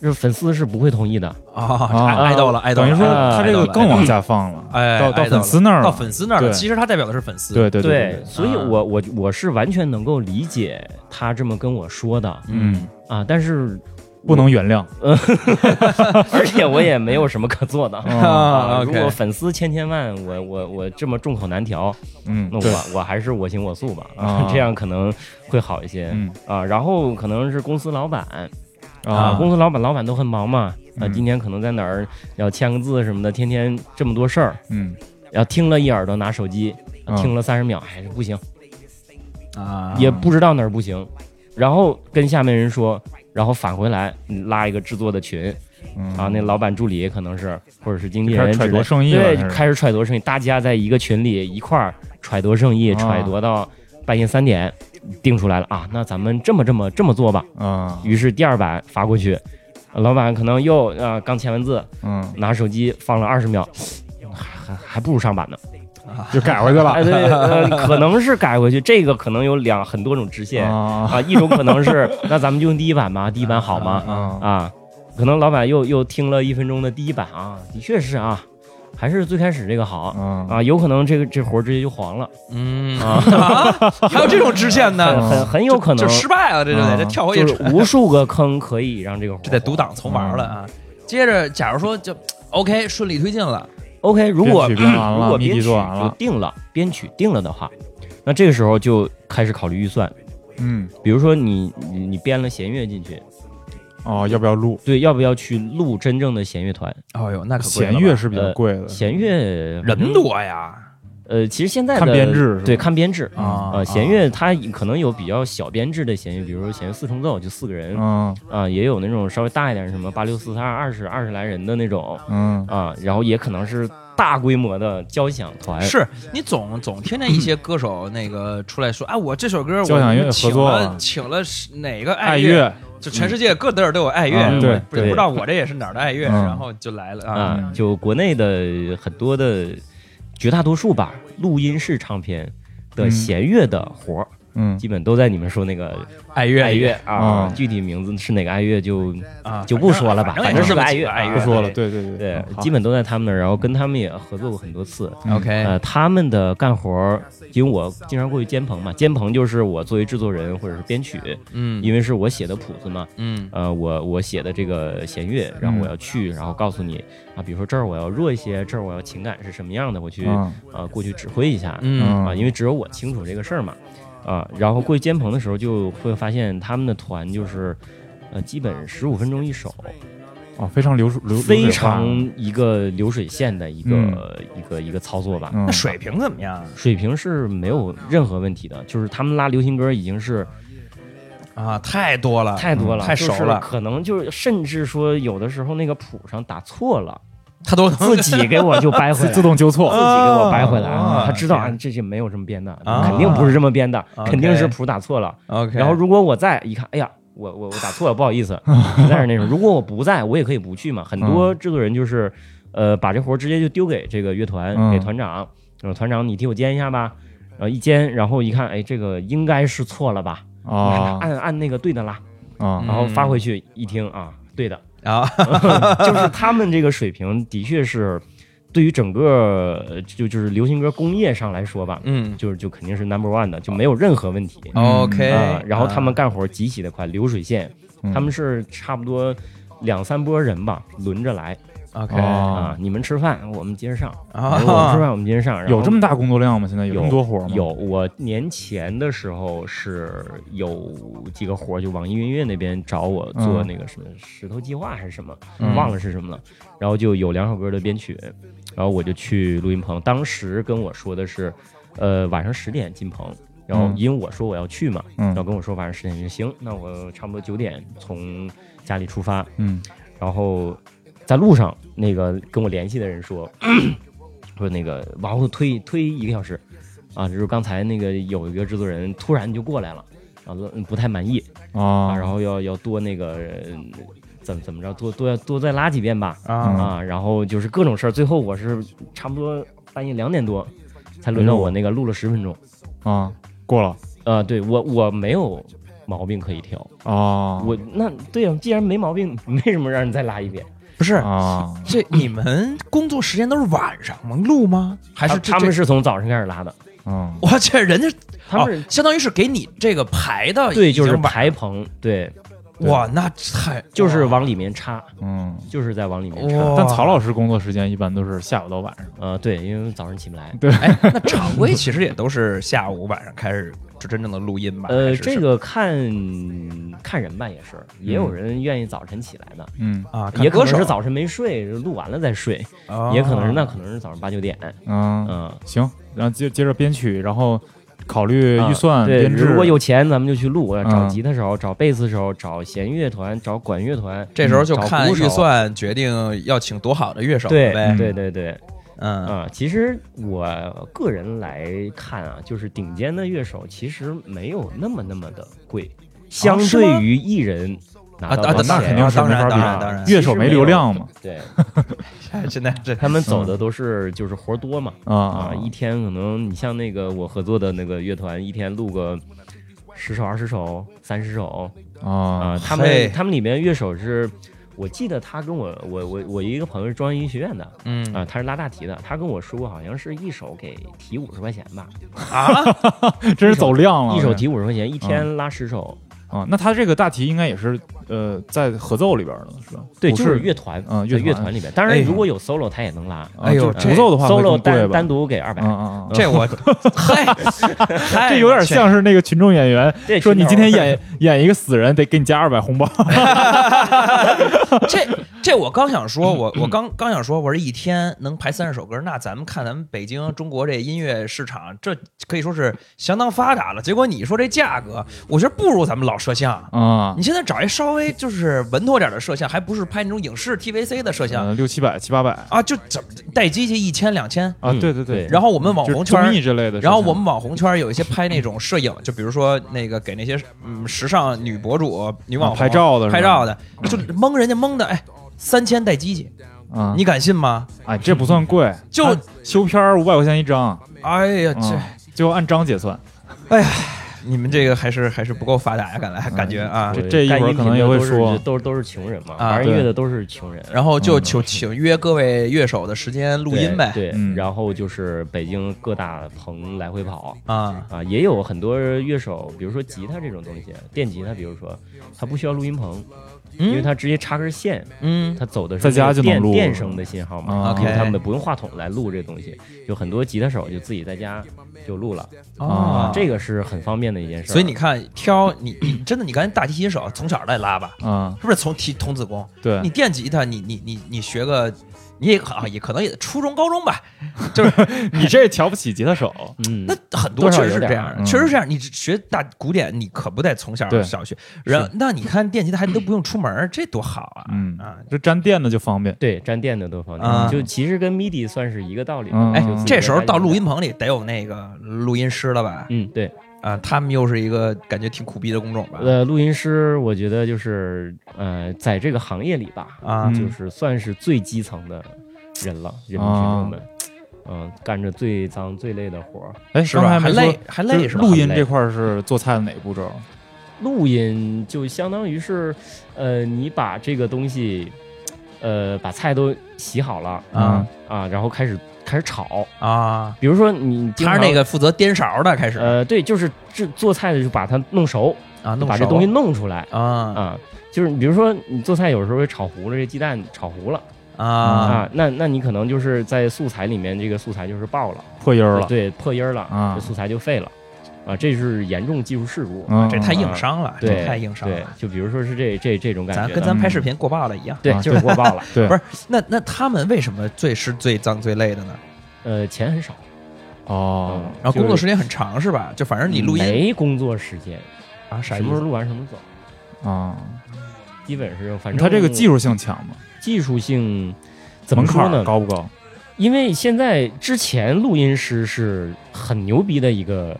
就是粉丝是不会同意的。啊，爱豆了，爱豆等于了，说啊他这个更往下放了，哎，到到爱豆粉了丝那儿到了，粉丝那儿了。对其实他代表的是粉丝，对对对，所以啊我我我是完全能够理解他这么跟我说的嗯，啊，但 是不能原谅而且我也没有什么可做的。啊， 啊如，OK，果粉丝千千万，我我我这么众口难调，嗯，那对，我我还是我行我素吧，啊这样可能会好一些、嗯啊。然后可能是公司老板，啊公司老板老板都很忙嘛，啊，嗯今天可能在哪儿要签个字什么的，天天这么多事儿，嗯，然后听了一耳朵拿手机，啊听了三十秒，哎，不行，啊，也不知道哪儿不行，然后跟下面人说，然后返回来拉一个制作的群，嗯啊，那老板助理可能是，或者是经纪开人始之揣类度的，生意了，对开，始开始揣度生意，大家在一个群里一块儿揣度生意，啊揣度到半夜三点，定出来了啊，那咱们这么这么这么做吧。啊，于是第二版发过去，老板可能又啊、呃刚签完字，嗯，拿手机放了二十秒，还还还不如上 版呢。就改回去了啊哎，对，呃可能是改回去，这个可能有两很多种支线啊啊一种可能是那咱们就用第一版吧，第一版好吗？啊啊，可能老板又又听了一分钟的第一版啊，的确是啊，还是最开始这个好啊，啊，有可能这个这活儿直接就黄了，嗯啊， 还有这种支线呢，啊很很有 可能就失败了，这就啊得这跳回就去是无数个坑可以让这个活儿这得独挡重玩了啊。接着，假如说就 OK 顺利推进了， OK，如果编曲编完了如果谜编底曲做完了就定了，编曲定了的话，那这个时候就开始考虑预算，嗯，比如说你你你编了弦乐进去，哦，要不要录？对，要不要去录真正的弦乐团？哎呦，那可贵了弦乐是比较贵的，呃弦乐反正人多呀呃，其实现在的看编制是吧对，看编制啊呃，弦乐它可能有比较小编制的弦乐，比如说弦乐四重奏就四个人啊、嗯也有那种稍微大一点什么八六四三二二十二十来人的那种嗯啊、然后也可能是大规模的交响团。是你总总听见一些歌手那个出来说，哎，我这首歌我交响乐请合作了了请了是哪个爱乐，乐，就全世界各地儿都有爱乐，嗯对不也对不知道我这也是哪儿的爱乐，嗯然后就来了啊，啊、嗯就国内的很多的绝大多数吧，录音室唱片的嗯弦乐的活儿、嗯基本都在你们说那个爱乐爱乐啊、嗯具体名字是哪个爱乐就啊，就不说了吧，反正反正也是个爱几乐，个爱乐不说了，对啊对对对，嗯好基本都在他们那儿，然后跟他们也合作过很多次。嗯 OK，呃，他们的干活儿，因为我经常过去监棚嘛，监棚就是我作为制作人或者是编曲，嗯因为是我写的谱子嘛，嗯呃，我我写的这个弦乐，然后我要去，然后告诉你啊，比如说这儿我要弱一些，这儿我要情感是什么样的，我去嗯呃过去指挥一下，嗯啊，因为只有我清楚这个事儿嘛，啊，然后过去监棚的时候就会发现他们的团就是，呃，基本十五分钟一首，哦，非常流水嗯流非常一个流水线的一个、一个一个操作吧。那那水平怎么样啊水平是没有任何问题的，就是他们拉流行歌已经是啊？太多了，太多了，嗯太熟了就是可能就是甚至说有的时候那个谱上打 错了，他都自 己给我就掰回自 来，自动纠错自己给我掰回来，啊他知道这啊样这这没有这么编的，啊肯定不是这么编的， OK 肯定是谱打错了。 OK，然后如果我在一看，哎呀，我我我打错了，不好意思，实在是那种。如果我不在，我也可以不去嘛。很多制作人就是，呃，把这活儿直接就丢给这个乐团，嗯给团长，呃，团长你替我监一下吧。然后一监，然后一看，哎，这个应该是错了吧？啊按按那个对的拉，啊然后发回去一听啊，对的， 啊，就是他们这个水平的确是，对于整个呃就就是流行歌工业上来说吧，嗯就是就肯定是 number one 的，就没有任何问题。 ，OK，啊，然后他们干活极其的快，流水线，哎嗯他们是差不多两三波人吧，轮着来 OK 哦啊啊，，你你们吃饭，我们接着上；哦我们吃 啊饭，我们接着上。然后有这么大工作量吗？现在有这么多活吗？有，我年前的时候是有几个活儿，就网易云音乐那边找我做嗯那个什么石头计划还是什么，嗯忘了是什么了。然后就有两首歌的编曲，然后我就去录音棚。当时跟我说的是，呃，晚上十点进棚。然后嗯因为我说我要去嘛，嗯然后跟我说晚上十点就行，那我差不多九点从家里出发，嗯然后在路上那个跟我联系的人说， 说那个往后推推一个小时，啊，就是刚才那个有一个制作人突然就过来了，然后嗯不太满意啊，啊，然后要要多那个嗯怎么怎么着，多多多再拉几遍吧嗯啊啊，然后就是各种事儿，最后我是差不多半夜两点多才轮哎到我那个录了十分钟，啊过了啊，对我我没有毛病可以挑，啊，我那对呀、既然没毛病， 为什么让你再拉一遍？不是啊这你们工作时间都是晚上吗？录吗？还是他这他们这是从早上开始拉的，嗯我去，人家他们哦相当于是给你这个排的，对就是排棚，对，对哇，那太就是往里面插，嗯。就是在往里面插。哇，但曹老师工作时间一般都是下午到晚上，呃，对，因为早上起不来。哎，那常规其实也都是下午晚上开始就真正的录音吧？还呃，是什这么个看看人吧，也是，也有人愿意早晨起来的，嗯啊，看也可歌能手是，早晨没睡，录完了再睡，哦也可能是那可能是早上八九点，嗯嗯，行，然后接接着编曲，然后考虑啊预算、对，编制。如果有钱，咱们就去录，找嗯吉他手，找贝斯手，找弦乐团，找管乐团，这时候就嗯找看鼓手预算决定要请多好的乐手了对呗，对对对，嗯啊，其实我个人来看啊，就是顶尖的乐手其实没有那么那么的贵，相是吗对于艺人拿啊，到当的那钱肯定是当没法然比当然的当然其，实乐手没没有流量嘛，对 现在这他们走的都是就是活儿多嘛，啊啊，一天可能你像那个我合作的那个乐团，一天录个十首、二十首、三十首啊啊，他嘿们他们里面乐手是。我记得他跟我我我我一个朋友是中央音乐学院的嗯啊，他是拉大提的，他跟我说好像是一首给提五十块钱吧，啊，真是走量了，一首提五嗯十块钱，一天拉十首，啊。那他这个大题应该也是呃在合奏里边的是吧？对，不就是乐团，嗯在乐乐团团里面。当哎然，如果有 solo，他也能拉。啊哎呦就是这独奏的话会更 solo 贵单吧？单独给二嗯百，嗯嗯，这 我嗨，嗨这有点像是那个群众演员这说你群今头天 演演一个死人得给你加二百 红包， 这这我刚想说， 我我刚刚想说，我这一天能排三十首歌，那咱们看咱们北京中国这音乐市场，这可以说是相当发达了。结果你说这价格，我觉得不如咱们老摄像。啊，你现在找一稍微就是稳妥点的摄像，还不是拍那种影视 TVC 的摄像呃六七百七八百啊？就怎么带机器一千两千，啊，嗯对对对然后我们网就是红圈儿综艺之类的，然后我们网红圈有一些拍那种摄影，就比如说那个给那些嗯时尚女博主、女网红、啊拍照的是吧拍照的，就蒙人家蒙的，哎，三千带机器，啊，你敢信吗？哎这不算贵， 就按修片儿五百块钱一张，哎呀， 这、嗯就按张结算，你们这个还是还是不够发达呀，看来感觉啊。这我这一干会儿音可频能也的会都是说都都是穷人嘛，啊玩音乐对的都是穷人。然后就求请约各位乐手的时间录对音呗，对嗯，然后就是北京各大棚来回跑啊，啊，也有很多乐手，比如说吉他这种东西，电吉他，比如说他不需要录音棚，因为嗯他直接插根线，嗯他走的是在家那个就能电录电声的信号嘛，啊因为 OK 他们不用话筒来录这东西，有很多吉他手就自己在家就录了。啊这个是很方便的一件事哦儿。所以你看挑你你真的你看大提琴手从小得拉吧，啊，是不是从提童子功？对你，电吉他，你你你你学个，你也可啊，也可能也得初中高中吧，就是你这瞧不起吉他手， 嗯，那很多多少确实是有点这儿样的，嗯确实是这样。你学大古典，你可不得从小对小学，然后那你看电吉他还都不用出门儿，这多好啊！嗯啊，这沾电的就方便，对沾电的多方啊便，就其实跟 MIDI 算是一个道理吧。嗯哎就自，己这时候在家到里录面音棚里得有那个录音师了吧？嗯，对，啊，他们又是一个感觉挺苦逼的工种吧？呃，录音师我觉得就是呃，在这个行业里吧，啊嗯就是算是最基层的人了，人民群啊众们，嗯，干着最脏最累的活儿。哎，是刚吧？才还没累说，还累是吧？录音累这块儿是做菜的哪个步骤？录音就相当于是，呃，你把这个东西，呃，把菜都洗好了啊啊，然后开始开始炒。啊，比如说你经他是常那个负责颠勺的，开始呃，对，就是这做菜的就把它弄熟，啊，弄把这熟东西弄出来啊啊。就是你比如说你做菜有时候会炒糊了，这鸡蛋炒糊了啊啊，那那你可能就是在素材里面这个素材就是爆了，破音儿了，对，破音儿了，啊这素材就废了啊，这是严重技术事故。嗯，这太嗯硬伤了，这对，太硬伤对了。，就比如说是这这这种感咱觉跟的咱们拍嗯视频过爆了一样。对啊，就是过爆了。对不是那那他们为什么最是最脏最累的呢？呃，钱很少，哦嗯，然后工作就是时间很长是吧？就反正你录嗯音没工作时间，啊，啥什意么时候思？录完什么走，啊，基本是反正它这个技术性强吗？技术性怎么门槛说儿呢？高不高？因为现在之前录音师是很牛逼的一个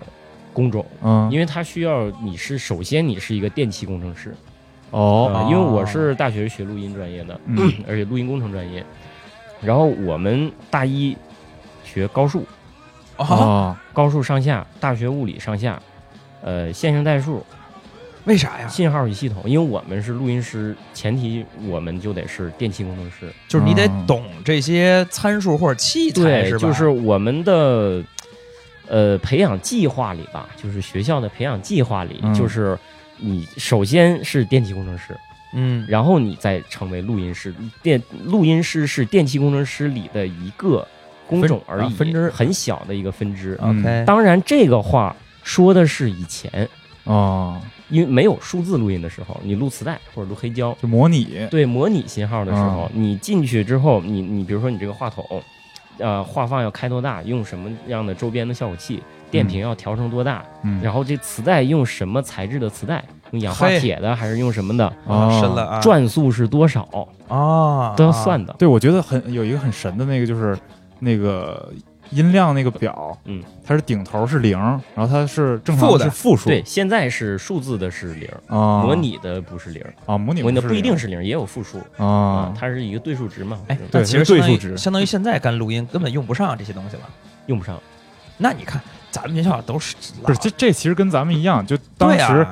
工种，嗯，因为他需要你是首先你是一个电气工程师，哦，呃因为我是大学学录音专业的，嗯而且录音工程专业，然后我们大一学高数，哦，哦，高数上下，大学物理上下，呃，线性代数、为啥哦呀？信号与系统，因为我们是录音师，前提我们就得是电气工程师，就是你得嗯懂这些参数或者器材对是，吧？就是我们的呃培养计划里吧，就是学校的培养计划里，嗯就是你首先是电气工程师，嗯然后你再成为录音师。电录音师是电气工程师里的一个工种分而已，啊分支啊很小的一个分支。嗯，OK，当然，这个话说的是以前，啊，因为没有数字录音的时候，你录磁带或者录黑胶，就模拟对模拟信号的时候啊，你进去之后，你你比如说你这个话筒，呃，话放要开多大，用什么样的周边的效果器，电瓶要调成多大，嗯，然后这磁带用什么材质的磁带，用氧化嘿铁的还是用什么的，啊深了啊，转速是多少啊都要算的。对，我觉得很有一个很神的那个就是那个音量那个表，嗯，它是顶头是零，然后它是正常负的是负数，对，现在是数字的是零，啊，模拟的不是零，啊，模拟模拟的不是一定零是零，也有负数啊啊，，它是一个对数值嘛，哎，反正那对其实是对相当于数值相当于现在干录音根本用不上这些东西了。用不上。那你看，咱们学校都是不是这这其实跟咱们一样，就当对啊呀时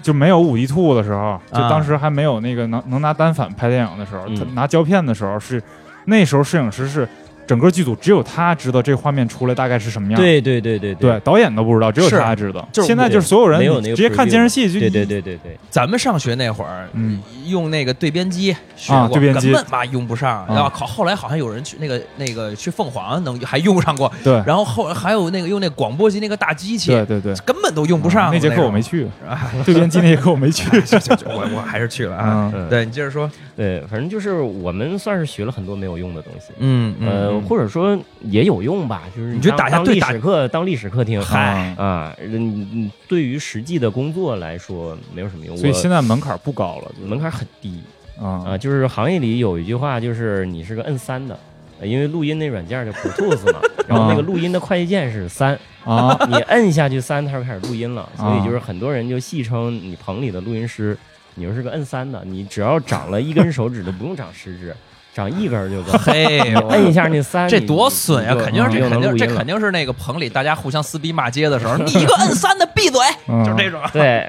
就没有五 D 兔的时候，就当时还没有那个能能拿单反拍电影的时候，啊嗯他拿胶片的时候是那时候摄影师是整个剧组只有他知道这个画面出来大概是什么样，对对对对对，导演都不知道，只有是他知道。就是现在对就是所有人没有你那个直接看 preview 监视器就对对对对对，咱们上学那会儿，嗯，用那个对边机学啊过，对边机根本嘛用不上。啊然后考后来好像有人去那个那个去凤凰能还用上过，对然后后还有那个用那广播机那个大机器，对对对，根本都用不上。那节课我没 去，啊对边机那节课我没去。去，就就 我我还是去了 啊。嗯嗯对你接着说，对，反正就是我们算是学了很多没有用的东西。嗯呃，或者说也有用吧，就是你觉得当打架当对历打史课当历史课听嗨啊，嗯，嗯对于实际的工作来说没有什么用。所以我现在门槛不高了门槛很低哦啊啊，就是行业里有一句话，就是你是个摁三的，呃因为录音那软件叫 Pro Tools 嘛，然哦后那个录音的快捷键是三， 啊你摁下去三，它就开始录音了。啊所以就是很多人就戏称你棚里的录音师，你就是个摁三的，你只要长了一根手指头，不用长十指，长一 根就够。嘿，我摁一下那三，这你多损呀！你就肯定是你这肯就能定录音这嗯了肯定是那个棚里大家互相撕逼骂街的时候，你一个摁三的闭嘴，嗯就是这种。对，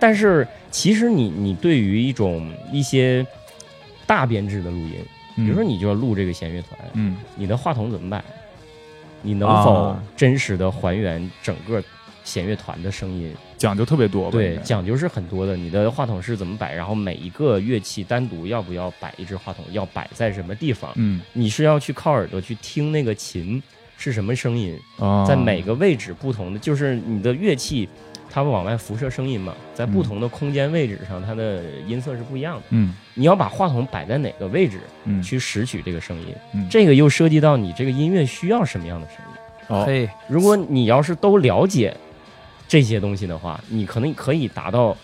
但是其实你你对于一种一些大编制的录音，比嗯如说你就要录这个弦乐团，嗯你的话筒怎么摆？你能啊否真实的还原整个弦乐团的声音？讲究特别多吧，对，应该讲究是很多的。你的话筒是怎么摆？然后每一个乐器单独要不要摆一支话筒？要摆在什么地方？嗯你是要去靠耳朵去听那个琴是什么声音？啊，在每个位置不同的，就是你的乐器，它们往外辐射声音嘛，在不同的空间位置上，它的音色是不一样的。嗯你要把话筒摆在哪个位置嗯去拾取这个声音，嗯这个又涉及到你这个音乐需要什么样的声音。哦嘿，哎如果你要是都了解这些东西的话，你可能可以达到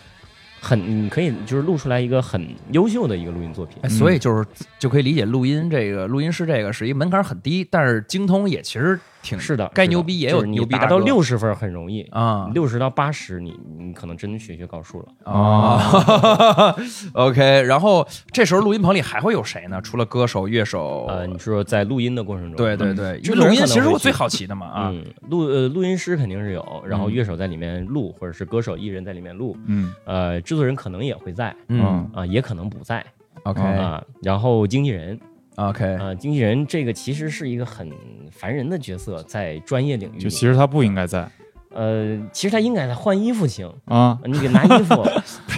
很，你可以就是录出来一个很优秀的一个录音作品哎。所以就是就可以理解录音这个录音师这个是一门槛很低，但是精通也其实挺是的，嗯该是的牛逼也有就是你牛逼达大到哥六十分很容易，啊六十到八十，你你可能真学学高数了。啊，啊 ，OK。然后这时候录音棚里还会有谁呢？除了歌手、乐手，呃，你说在录音的过程中，哦对对对，因制为作人录音可能其实会我最去好奇的嘛啊，嗯，录呃录音师肯定是有，然后嗯乐手在里面录，或者是歌手艺人在里面录，嗯呃，制作人可能也会在嗯啊、也可能不在，OK 啊、然后经纪人 OK，啊、经纪人这个其实是一个很烦人的角色，在专业领域嗯就其里，实他不应该在呃，其实他应该在换衣服行，啊，你给拿衣 服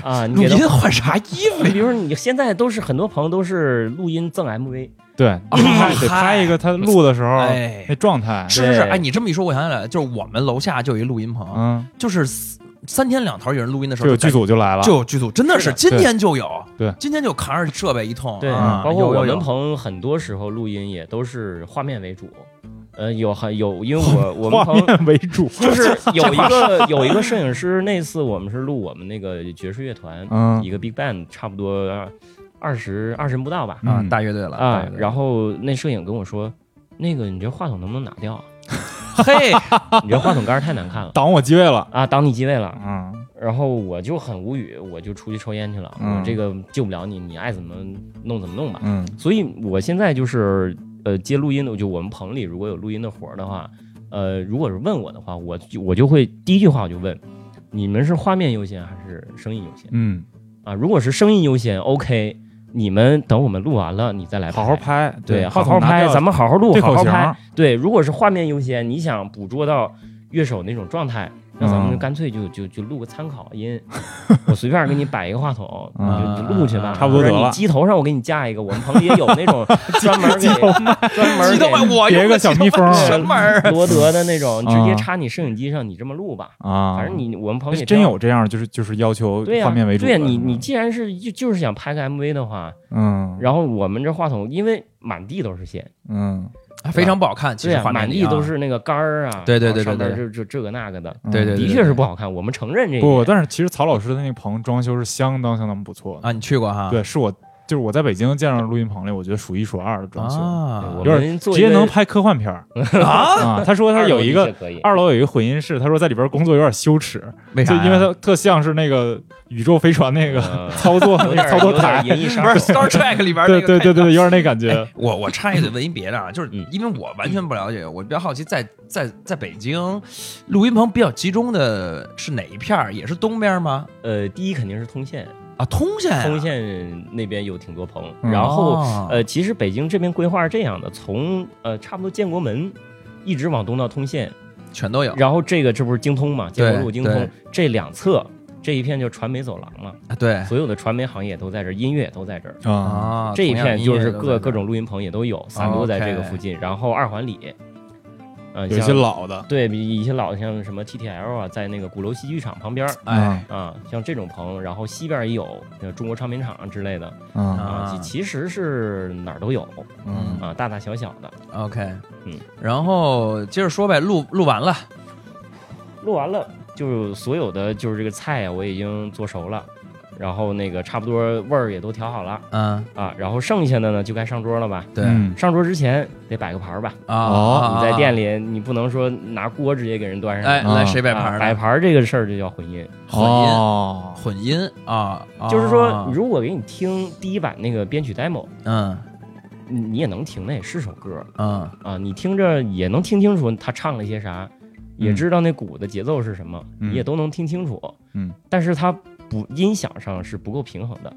啊、你录给他音换啥衣服你呀？比如说，你现在都是很多朋友都是录音赠 MV，对，哦你拍得拍一个他录的时候哎那状态，是是是，对哎，你这么一说，我想起来了，就是我们楼下就有一录音啊棚，嗯，就是三三天两头有人录音的时就候，有剧组组就来了， 就有剧组，真的是是的今天就有，对今天就扛着设备一通，对，啊包括有我有们有棚很多时候录音也都是画面为主，呃，有很有，因为我我们画棚面为主，就是有一个有一个摄影师，那次我们是录我们那个爵士乐团，嗯一个 big band，差不多二十二十人不到吧，啊嗯大乐队了啊，然后后那摄影跟我说，那个你这话筒能不能拿掉啊？嘿，你这话筒杆儿太难看了。挡我机位了，啊，挡你机位了，嗯然后我就很无语，我就出去抽烟去了。嗯我这个救不了你，你爱怎么弄怎么弄吧。嗯所以我现在就是呃接录音的，就我们棚里如果有录音的活儿的话，呃，如果是问我的话，我就我就会第一句话我就问，你们是画面优先还是声音优先嗯，啊？如果是声音优先，OK，你们等我们录完了你再来嗯好好。拍，对，好话好筒拿拍，掉咱们好好录，对好口好型拍。对，如果是画面优先，你想捕捉到乐手那种状态，那咱们就嗯干脆就就就录个参考音， 我随便给你摆一个话筒，你就就录去嗯吧，差不多得了或者你机头上我给你架一个，我们棚里也有那 种专门给专门激动吧，给我别用个的小激蜜动吧蜂儿什么玩意儿？嗯罗德的那种，啊直接插你摄影机上，你这么录吧。啊，反正你我们棚哎里真这样有这样，就是就是要求对呀、画面为主的，对呀、你你既然是就就是想拍个 MV 的话，嗯然后我们这话筒因为满地都是线，嗯，非常不好看，其对实呀、画面满里地啊都是那个杆儿啊，对对对然对后上对面就就这个那个的，嗯对对对的确是不好看，我们承认这一不，点。但是其实曹老师的那个棚装修是相当相当不错哎的，啊，你去过哈？对，是我就是我在北京见着录音棚里，我觉得数一数二的装修，啊我有们做直一接个能拍科幻片儿啊。他说他有一二楼个的确可以，二楼有一个混音室，他说在里边工作有点羞耻，为就啥呀？因为他特像是那个宇宙飞船那个呃操作有那点个操作有点台，银翼杀不是手 Star Trek 里边对那个对对太对对，有点那感觉。我我插一嘴问一别的啊，就是嗯因为我完全不了解，我比较好奇在，在在北京录音棚比较集中的是哪一片儿？也是东边吗？呃，第一肯定是通县，啊，通县啊、通县那边有挺多棚，嗯然后哦呃，其实北京这边规划是这样的，从呃差不多建国门一直往东到通县，全都有然后这个这不是精通嘛，建国路对精通对这两侧这一片就传媒走廊嘛，啊，对所有的传媒行业都在这儿，音乐也都在这儿。啊，啊，嗯这一片就是同样音乐各都在各种录音棚也都有，散落在这个附近。然后二环里，嗯，有一些像老的，对比一些老的像什么 TTL 啊，在那个鼓楼戏剧场旁边儿嗯那儿，哎，啊，像这种棚，然后西边也有呃中国唱片厂之类的嗯啊啊，其其实是哪儿都有嗯啊，大大小小的。 OK，嗯，然后接着说呗，录录完了，录完了，就是所有的就是这个菜啊，我已经做熟了，然后那个差不多味儿也都调好了嗯，啊，然后剩下的呢就该上桌了吧。对嗯上桌之前得摆个盘儿吧，啊，哦啊你在店里，里你不能说拿锅直接给人端上哎，来。来谁摆啊盘呢？摆盘儿这个事儿就叫混音，混音，哦混音啊，啊就是说，如果给你听第一版那个编曲 demo，嗯你你也能听，那也是首歌嗯啊，你听着也能听清楚他唱了些啥，也知道那鼓的节奏是什么，嗯你也都能听清楚。嗯，但是它不音响上是不够平衡的，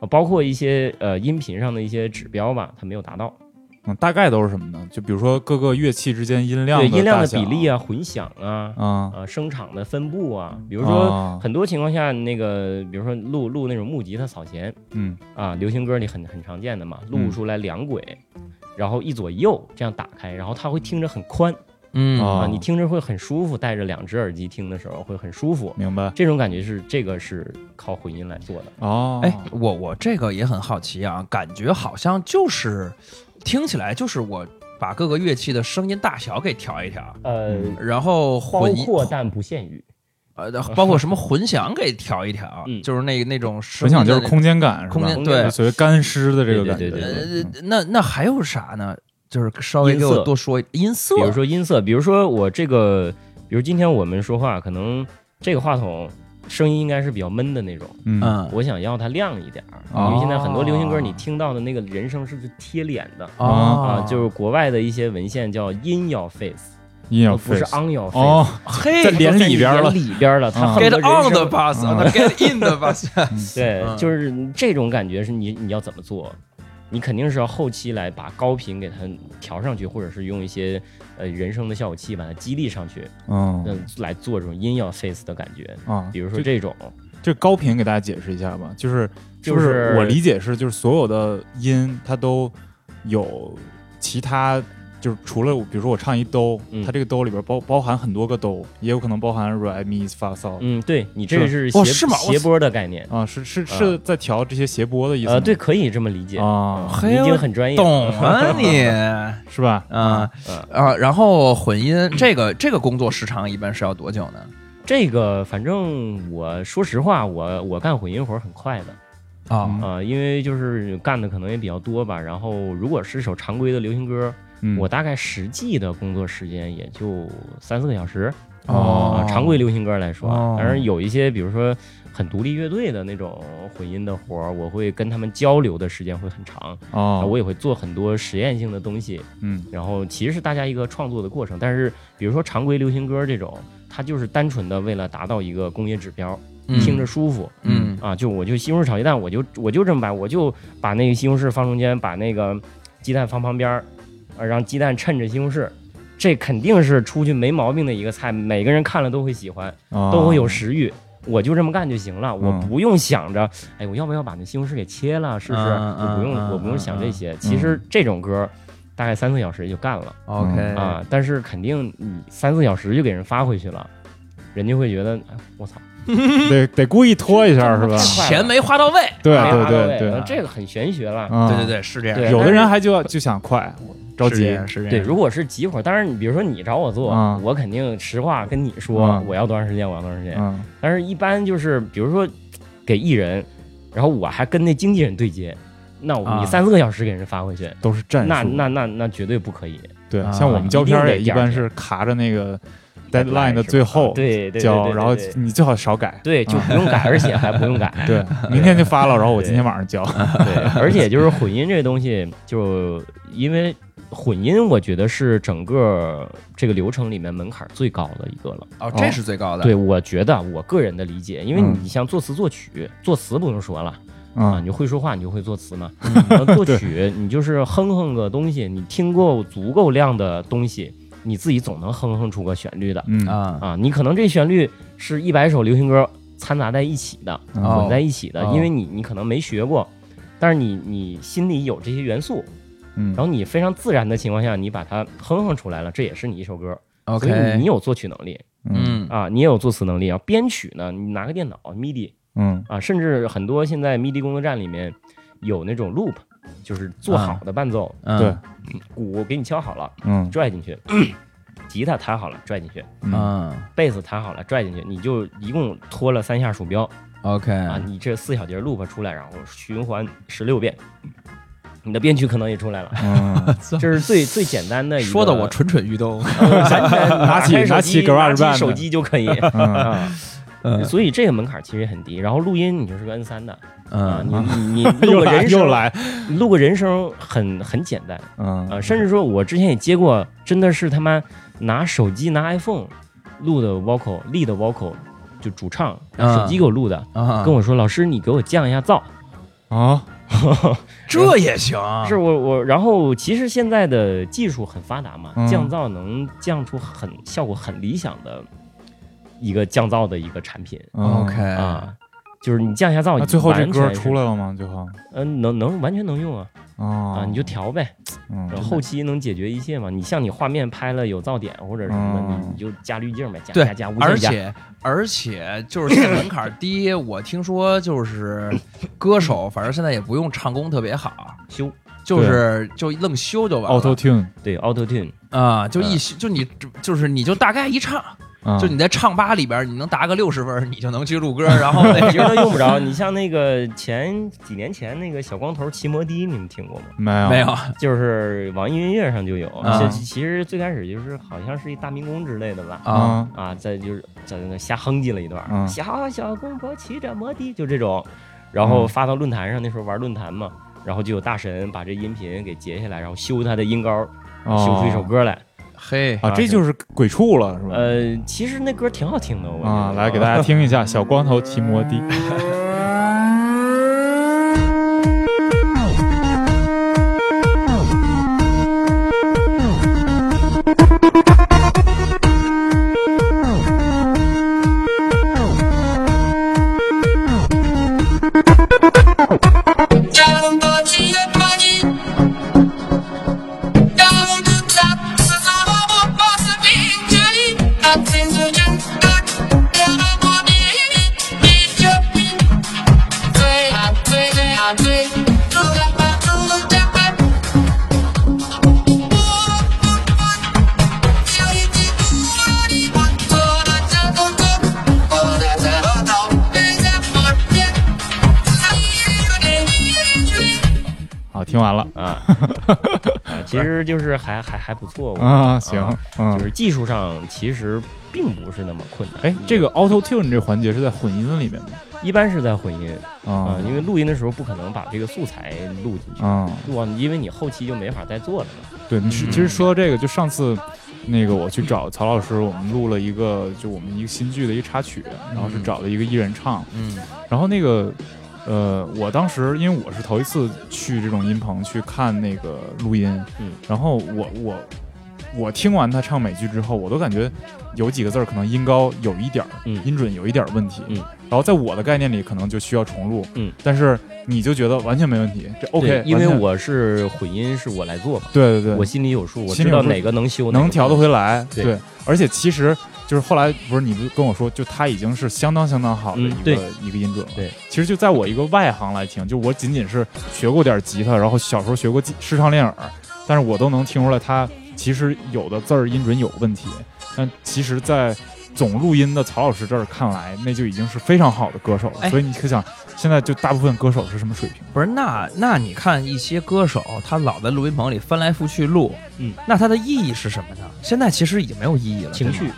啊包括一些呃音频上的一些指标吧，它没有达到。嗯，大概都是什么呢？就比如说各个乐器之间音量对音量大的小比例啊、混响啊、啊，哦啊声场的分布啊，比比如说很多情况下，那个比如说录录那种木吉他扫弦嗯啊，流行歌里很很常见的嘛，嗯录出来两轨。然后一左一右这样打开，然后它会听着很宽、嗯哦啊，你听着会很舒服，戴着两只耳机听的时候会很舒服，明白这种感觉是这个是靠混音来做的。哦，哎，我我这个也很好奇啊，感觉好像就是听起来就是我把各个乐器的声音大小给调一调，呃，嗯然后包混括但不限于，呃包括什么混响给调一调，嗯就是那那种声纯音的想就是空间感，是吧空间对就所谓干湿的这个感觉，对对对对呃嗯那那还有啥呢？就是稍微给音我色多说音色，比如说音色，比如说我这个，比如今天我们说话，可能这个话筒声音应该是比较闷的那种，嗯嗯我想要它亮一点儿，哦因为现在很多流行歌你听到的那个人声是贴脸的。啊哦啊，就是国外的一些文献叫 in your face，音乐而啊不是 face on your face，哦，嘿在脸里边了脸里边了，它啊很 get 多 on 人 the 声 bus，嗯 get in the bus，对嗯，就是这种感觉是你你要怎么做？你肯定是要后期来把高频给它调上去，或者是用一些呃人声的效果器把它激励上去，嗯嗯，来做这种音要 face 的感觉。啊，比如说这这种，这高频给大家解释一下吧，就是是不就是我理解是就是所有的音它都有其他。就是除了比如说我唱一哆，嗯它这个哆里边包包含很多个哆，也有可能包含 re mi fa sol 嗯，对你这个是是吧斜哦是吗我斜波的概念，啊，是是啊是在调这些谐波的意思吗呃，对，可以这么理解，啊，你已嘿经很专业了，懂啊 你。是吧？啊嗯啊！然后混音这个这个工作时长一般是要多久呢？这个反正我说实话，我我干混音活儿很快的，啊嗯啊、因为就是干的可能也比较多吧。然后如果是首常规的流行歌，嗯我大概实际的工作时间也就三四个小时啊、哦常规流行歌来说啊，哦当然有一些比如说很独立乐队的那种混音的活儿，我会跟他们交流的时间会很长，啊哦，我也会做很多实验性的东西。嗯然后其实是大家一个创作的过程，但是比如说常规流行歌这种，它就是单纯的为了达到一个工业指标，嗯听着舒服。嗯啊，就我就西红柿炒鸡蛋，我就我就这么摆，我就把那个西红柿放中间，把那个鸡蛋放旁边儿，啊，让鸡蛋衬着西红柿，这肯定是出去没毛病的一个菜，每个人看了都会喜欢，啊都会有食欲。我就这么干就行了，我嗯不用想着，哎，我要不要把那西红柿给切了？是不是？嗯嗯我不用，嗯我不用想这些。嗯其实这种歌，大概三四小时也就干了。哎 OK 啊，但是肯定你三四小时就给人发回去了，人家会觉得哎我操，得得故意拖一下是吧？嗯嗯钱没花到位。对没对发到对位对呃，这个很玄学了。啊对对对，是这样。嗯对有的但人是还就要就想快，着是这急样，是这样。对，如果是急活，当然你比如说你找我做，啊我肯定实话跟你说、啊我要多长时间，我要多长时间。嗯但是一般就是比如说给艺人，然后我还跟那经纪人对接，那我啊你三四个小时给人发回去，都是战术。那那那那绝对不可以。对啊，像我们胶片儿也一一定得第二般天是卡着那个 deadline deadline 的是吧最后对对对交，对哦然后对你最好少 改。对就不用改，而且还不 用改。对，明天就发了，然后我对今天晚上 交。对，而且就是混音这个东西，就因为混音，我觉得是整个这个流程里面门槛最高的一个了。哦，这是最高的。对，我觉得我个人的理解，因为嗯你像作词作曲，作词不用说了啊，嗯你就会说话，你就会作词嘛。然 后作曲，你就是哼哼个东西，你听够足够量的东西，你自己总能哼哼出个旋律的嗯啊，啊。你可能这旋律是一百首流行歌掺杂在一起的，嗯哦混在一起的，哦因为你你可能没学过，但是你你心里有这些元素，嗯然后你非常自然的情况下，你把它哼哼出来了，这也是你一首歌。嗯所 OK，以你你有作曲能力嗯嗯啊，你也有作词能力啊。编曲呢，你拿个电脑 MIDI 嗯啊，甚至很多现在 MIDI 工作站里面有那种 loop，就是做好的伴奏，嗯对鼓给你敲好了，嗯拽进去， 吉他弹好了，拽进去，嗯嗯贝斯弹好了，拽进去，你就一共拖了三下鼠标。 OK 嗯啊，你这四小节 loop 出来，然后循环十六遍，你的编曲可能也出来了。 嗯，这是最最简单的一个，说的我蠢蠢欲 动。完全拿起开手拿机起拿 GarageBand 手机就可以嗯 啊。嗯所以这个门槛其实也很低。然后录音你就是个 N 三的啊，嗯你你你录 又个来人声又，来，你录个人声很很简单嗯啊。甚至说我之前也接过，真的是他妈拿手机拿 iPhone 录的 vocal lead vocal 就主唱，拿手机给我录的，啊，跟我说老师你给我降一下噪。啊这也行，是我我，然后其实现在的技术很发达嘛，嗯降噪能降出很效果很理想的一个降噪的一个产品嗯 OK 啊，就是你降一下噪，嗯哎那最后这歌出来，来了吗？最后嗯、能能完全能用啊啊啊，你就调呗，嗯然后后期能解决一切嘛。你像你画面拍了有噪点或者什么的，你嗯你就加滤镜呗，加对加加，无而限加。且而且就是现在门槛低，我听说就是歌手，反正现在也不用唱功特别好，修就是就愣修就完哦 Auto 了。Tune 对 Auto Tune，啊，就一修就你就是你就大概一唱，嗯啊，就你在唱吧里边，你能达个六十分，你就能去录歌， 然后那 其实都用不着。你像那个前几年前那个小光头骑摩的，你们听过吗？没有 没有就是网易云音乐上就有，啊其其实最开始就是好像是一大民工之类的吧，啊，啊，在就是在那瞎哼唧了一段儿，嗯小小公婆骑着摩的，就这种，然嗯后发到论坛上，那时候玩论坛嘛，然后就有大神把这音频给截下来，然后修他的音高，哦修出一首歌来，嘿，嗯哦啊，这就是鬼畜了是吧？呃，其实那歌挺好听的，呃我觉得嗯啊，来给大家听一下《小光头骑 摩的》。 Down the cheap money. Down the top. Some boss of injury. I think the young duck. Down the body. Beat your pin. Play, I play, play, I play. Do that, I do that, I Thank you. 好，听完了 啊，啊其实就是还还还不错，我觉得啊，行，就嗯，是技术上其实并不是那么困难，哎，这个 Auto Tune 这环节是在混音里面吗？一般是在混音。啊啊，因为录音的时候不可能把这个素材录进去，啊，录完因为你后期就没法再做了嘛。对，你是其实说到这个，就上次那个我去找曹老师，我们录了一个就我们一个新剧的一个插曲，然后是找了一个艺人唱，嗯然后那个。呃，我当时因为我是头一次去这种音棚去看那个录音，嗯，然后我我我听完他唱美剧之后，我都感觉有几个字儿可能音高有一点儿，嗯音准有一点儿问题，嗯然后在我的概念里可能就需要重录，嗯，但是你就觉得完全没问题，这 OK，对因为完全我是混音是我来做嘛，对对对，我心里有数，我心知里有道数哪个能修，能调得的。回来，对而且其实就是后来不是你不跟我说，就他已经是相当相当好的嗯一个、对一个音准了。对，其实就在我一个外行来听，就我仅仅是学过点吉他，然后小时候学过吉视唱练耳，但是我都能听出来他其实有的字儿音准有问题，但其实，在总录音的曹老师这儿看来，那就已经是非常好的歌手了。哎所以你可想，现在就大部分歌手是什么水平？不是，那那你看一些歌手，他老在录音棚里翻来覆去录，嗯，那它的意义是什么呢？现在其实已经没有意义了，情绪对吗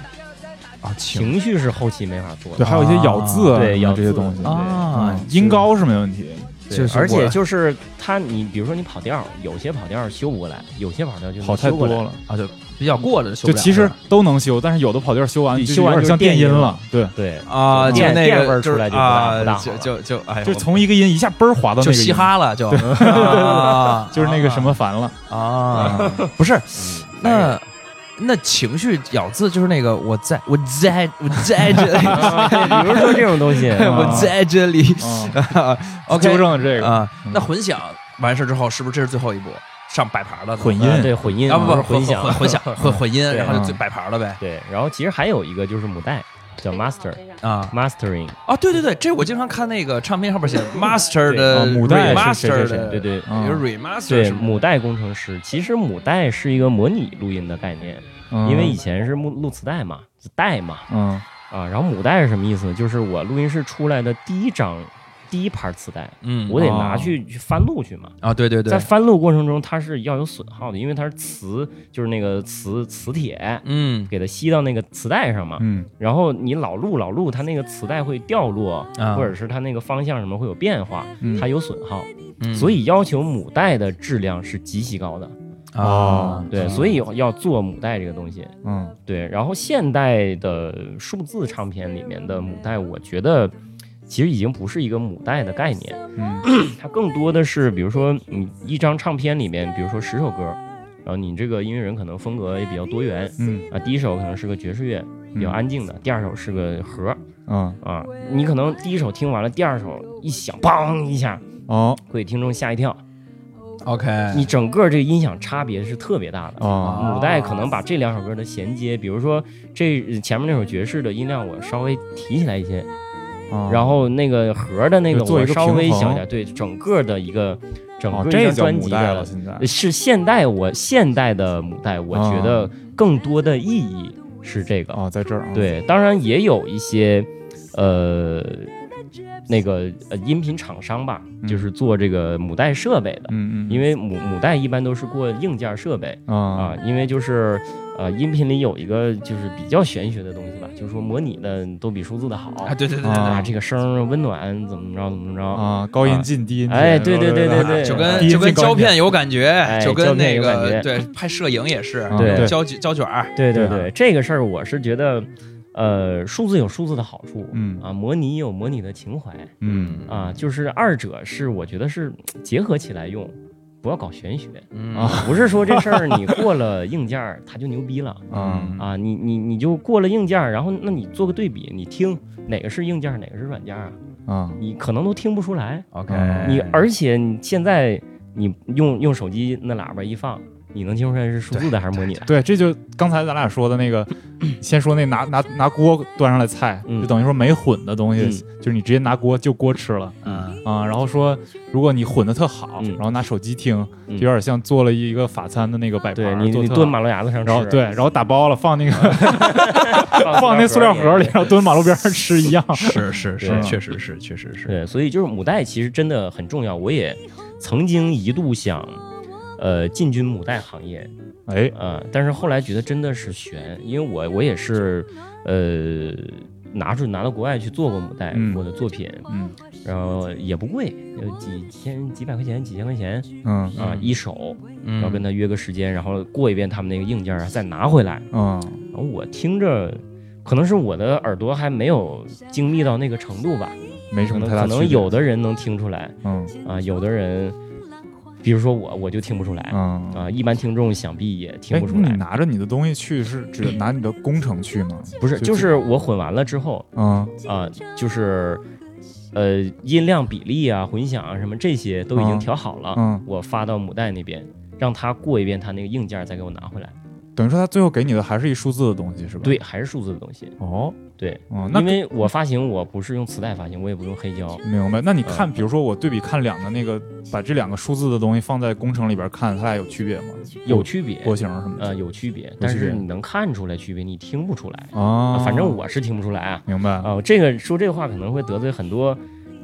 啊，情情绪是后期没法做嗯对，的，还有一些咬字啊对什么咬这些字东西对啊嗯，音高是没问题。对就是而我且就是它，你比如说你跑调，有些跑调修不过来，有些跑调就能好太修多过来了，啊，就比较过了，就其实都能修，但是有的跑调修完你就修完有点就是像电电哎音音了，对，对，啊，就电那电味个儿就出是来就不大不大啊，好就了就就哎呦，就从一个音一下嘣儿滑到那就个嘻音，哈了， 就啊就是那个什么烦 了，啊，不是嗯那。那情绪咬字就是那个我在我在我在这里， 比如说这种东西，啊我在这里。嗯， OK，纠正了这个，啊嗯。那混响完事之后，是不是这是最后一步上摆盘了呢？混音啊对混音啊不不混响混，混 响混混音，对啊然后就嗯最摆盘了呗。对，然后其实还有一个就是母带叫 master 嗯啊 mastering，啊，对对对，这我经常看那个唱片上面 写 master 啊哦的母带是 master 谁谁谁的，啊对对嗯有 remaster 对什么母带工程师，其实母带是一个模拟录音的概念，嗯因为以前是录录磁带嘛，带嘛嗯啊，然后母带是什么意思？就是我录音室出来的第一张第一盘磁带，嗯，我得拿哦去去翻录去嘛。啊，对对对在，翻录过程中，它是要有损耗的，因为它是磁，就是那个磁磁铁嗯给它吸到那个磁带上嘛。嗯然后你老录老录，它那个磁带会掉落，啊或者是它那个方向什么会有变化，嗯它有损耗，嗯，所以要求母带的质量是极其高的。啊，对，所以要做母带这个东西。哦嗯对，然后现代的数字唱片里面的母带，我觉得其实已经不是一个母带的概念。嗯它更多的是，比如说你一张唱片里面，比如说十首歌，然后你这个音乐人可能风格也比较多元嗯啊。第一首可能是个爵士乐，比较安静的；第二首是个和嗯啊，你可能第一首听完了，第二首一响，梆一下，哦会给听众吓一跳。 OK，你整个这个音响差别是特别大的。哦母带可能把这两首歌的衔接，比如说这呃前面那首爵士的音量我稍微提起来一些，哦，然后那个盒的那个就做一我个稍微平衡小一点，对，整个的一个整哦个一这张叫专母辑啊带了，的现在呃哦是现代我现代的母带，我觉得更多的意义是这个。哦在这儿啊，对，当然也有一些呃那个呃音频厂商吧，嗯就是做这个母带设备的，嗯嗯，因为为母母带一般都是过硬件设备。啊啊，因为就是呃，音频里有一个就是比较玄学的东西吧，就是说模拟的都比数字的好啊，对对对啊对啊，这个声儿温暖怎么着怎么着，啊高音进低音进，哎对对对对对，对啊就低跟音就进跟高胶音片有感觉，哎就跟那胶片有个感觉对拍摄影也是啊对对胶卷胶卷儿，对对对啊对，这个事儿我是觉得，呃，数字有数字的好处，嗯啊，模拟有模拟的情怀嗯啊，就是二者是我觉得是结合起来用，不要搞玄学，嗯啊不是说这事儿你过了硬件儿它就牛逼了。嗯啊，你你你就过了硬件儿，然后那你做个对比，你听哪个是硬件儿，哪个是软件儿啊？啊你可能都听不出来。 OK，嗯你而且你现在你用用手机那喇叭一放，你能听出来是数字的还是模拟的？ 对，这就刚才咱俩说的那 个，先说那拿拿拿锅端上来菜，嗯就等于说没混的东西，就是你直接拿锅就锅吃了嗯啊、然后说，如果你混的特好，嗯然后拿手机听，就嗯有点像做了一个法餐的那个摆盘对儿，你做你特蹲好。马路牙子上吃，嗯然后对，然后打包了，放那个 放放那塑料盒里，对然后 蹲马路边上吃一样。 是是是，对确实是确实是，对，所以就是母带其实真的很重要。我也曾经一度想，呃，进军母带行业， 哎，啊，但是后来觉得真的是悬，因为我我也是，呃，拿出拿到国外去做过母带、嗯我的作品，嗯然后也不贵，有几千几百块钱、几千块钱嗯啊、嗯一手，嗯然后跟他约个时间，然后过一遍他们那个硬件儿，再拿回来。嗯然后我听着，可能是我的耳朵还没有精密到那个程度吧，没可什么能太大可区别。能有的人能听出来嗯啊、有的人比如说我，我就听不出来啊、嗯，一般听众想必也听哎不出你来。拿着你的东西去是只拿你的工程去吗？不是，就是我混完了之后嗯，啊、就是呃音量比例啊、混响啊什么啊这些都已经嗯调好了，嗯我发到母带那边，让他过一遍他那个硬件，再给我拿回来。等于说他最后给你的还是一数字的东西是吧？，对，还是数字的东西。哦，对，哦，那因为我发行我不是用磁带发行，我也不用黑胶。明白。那你嗯看，比如说我对比看两个那个，把这两个数字的东西放在工程里边看，它俩有区别吗？有区别，波形什么的？呃，有区别，但是别你能看出来区别，你听不出来。啊啊，反正我是听不出来啊。明白。啊，这个说这个话可能会得罪很多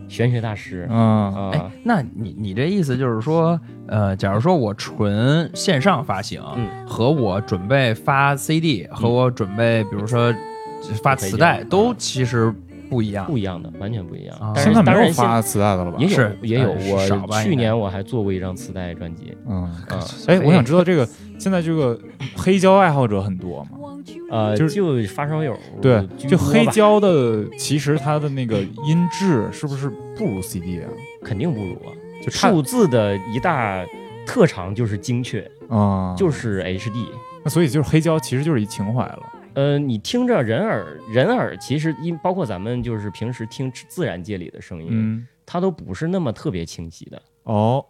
玄学大师嗯，啊哎。，那你你这意思就是说，呃，假如说我纯线上发行，嗯和我准备发 CD，和我准备比如说发磁带，嗯都其实啊不一样。哎不一样的，完全不一样啊。现但是在当没然有现发磁带的了吧？也有是也有，哎少吧我应该去年我还做过一张磁带专辑，嗯，啊，哎，我想知道这个现在这个黑胶爱好者很多吗？呃，就就是发烧友对，居就多黑吧胶的，其实它的那个音质是不是不如 CD 啊？肯定不如啊。就差数字的一大特长就是精确，啊，就是是 HD。那所以就是黑胶其实就是一情怀了。呃，你听着人耳人耳，其实因包括咱们就是平时听自然界里的声音，嗯，它都不是那么特别清晰的。哦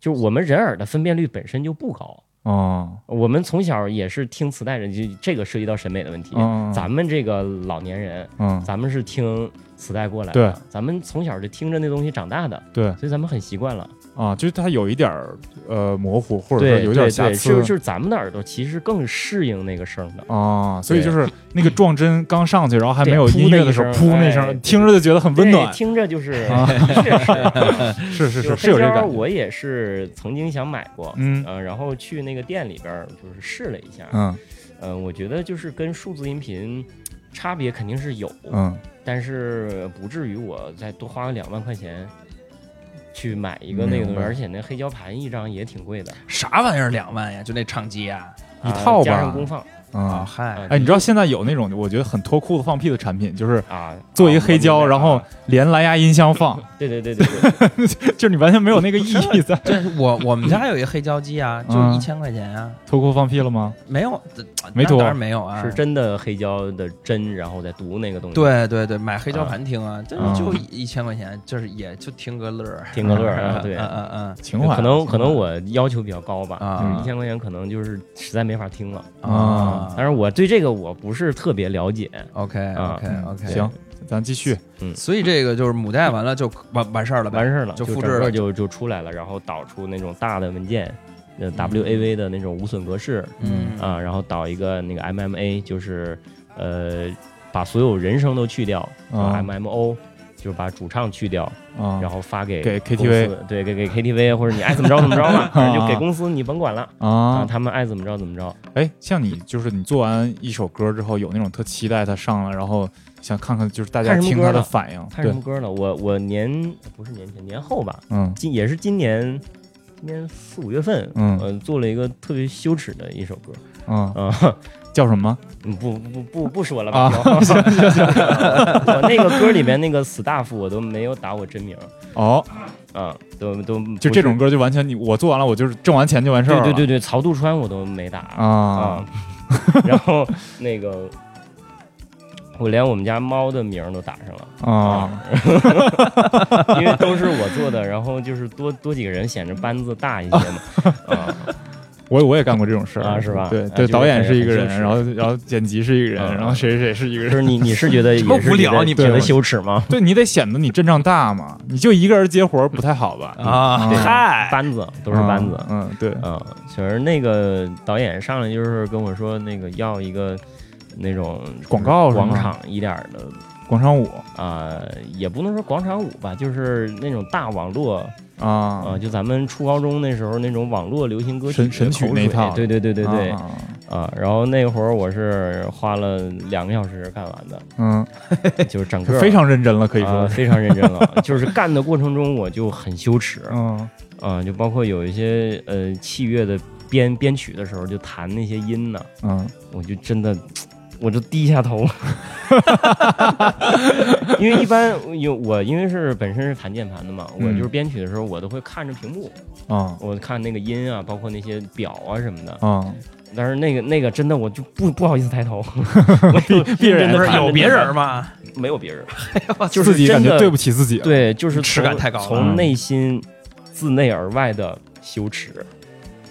就是我们人耳的分辨率本身就不高，哦，我们从小也是听磁带人，就这个涉及到审美的问题。嗯，咱们这个老年人，嗯咱们是听磁带过来的，对咱们从小就听着那东西长大的，对所以咱们很习惯了。啊，就是它有一点儿呃模糊，或者说对有对点对，瑕就疵是就是咱们的耳朵其实更适应那个声的。啊，所以对就是那个撞针刚上去，然后还没对有噗音乐的的一时候，声噗那哎声，对听着就觉得很温对暖。听着就是， 啊是是是是是就是有这黑胶感觉。我也是曾经想买过，嗯呃，然后去那个店里边儿就是试了一下，嗯呃，我觉得就是跟数字音频差别肯定是有，嗯但是不至于我再多花个两万块钱去买一个那个明东西，白而且那黑胶盘一张也挺贵的，啥玩意儿两万呀？就那唱机啊？一啊套加吧上功放啊，啊，嗨，哎，你知道现在有那种我觉得很脱裤子放屁的产品，就是啊，做一个啊黑胶，我明白然后啊连蓝牙音箱放， 对对对对对，就是你完全没有那个意义在。这我我们家有一个黑胶机啊，就嗯一千块钱啊， 脱裤放屁了吗？没有，没那多当然没有啊，是真的黑胶的针，然后再读那个东西，，对对对，买黑胶啊盘听啊，这啊就一千块钱，就是也就听个乐儿，听个乐儿啊，嗯对。嗯嗯嗯，情怀可能可能我要求比较高吧，啊就是一千块钱可能就是实在没法听了。啊啊，但是我对这个我不是特别了解， OK 啊 OK 嗯 OK，行，，咱继续。所以这个就是母带完了就完完事儿了呗，完事儿了，就就复整制了个就就出来了，然后导出那种大的文件，嗯呃 WAV 的那种无损格式嗯啊，然后导一个那个 MMA，就是呃把所有人声都去掉，啊把 MMO 就是把主唱去掉，啊然后发给给公司 KTV 对，给给 KTV 或者你爱怎么着怎么着吧，反正就给公司你甭管了啊，啊！他们爱怎么着怎么着。哎，像你就是你做完一首歌之后，有那种特期待它上了，然后想看看就是大家看什么听歌它的呢反应。看什对么，歌呢？我我年不是年前年后吧，嗯今也是今年今年四五月份，嗯呃，做了一个特别羞耻的一首歌，嗯，啊、叫什么？嗯不不不不说了啊吧。我那个歌里面那个 staff 我都没有打我真名哦，啊，都都就不这是种歌就完全你我做完了，我就是挣完钱就完事儿对了。对对对，曹杜川我都没打啊啊 啊然后那个我连我们家猫的名儿都打上了。啊！因为都是我做的，然后就是多多几个人显着班子大一些嘛， 啊，我我也干过这种事儿啊是吧对啊对，就导演很是一个很人，羞耻然后然后剪辑是一个人，嗯然后谁谁谁是一个就 人。是你你是觉 得这么也是无聊觉得你觉们得羞耻吗？对你得显得你阵仗大嘛，你就一个人接活儿不太好吧？啊，对嗨，班子都是班子，嗯，嗯对，啊，其实那个导演上来就是跟我说，那个要一个那种广告是吗广场一点儿的广场舞啊、也不能说广场舞吧，就是那种大网络啊、啊，就咱们初高中那时候那种网络流行歌曲神神曲口那水套对对对对对啊啊然后那会儿我是花了两个小时干完的，嗯，就是整个就非常认真了，可以啊说是，非常认真 了，就是干的过程中我就很羞耻，嗯啊，就包括有一些呃器乐的编编曲的时候，就弹那些音呢、嗯我就真的我就低一下头， 因为一般有我因为是本身是弹键盘的嘛，我嗯就是编曲的时候我都会看着屏幕，啊我看那个音啊，包括那些表啊什么的。啊，但是那个那个真的我就不不好意思抬头， 我就必然认真地不是看着有那别个人吗？没有别人，就就是自己感真觉的对不起自己，，对，就是耻感从太高了从内心自内而外的羞耻。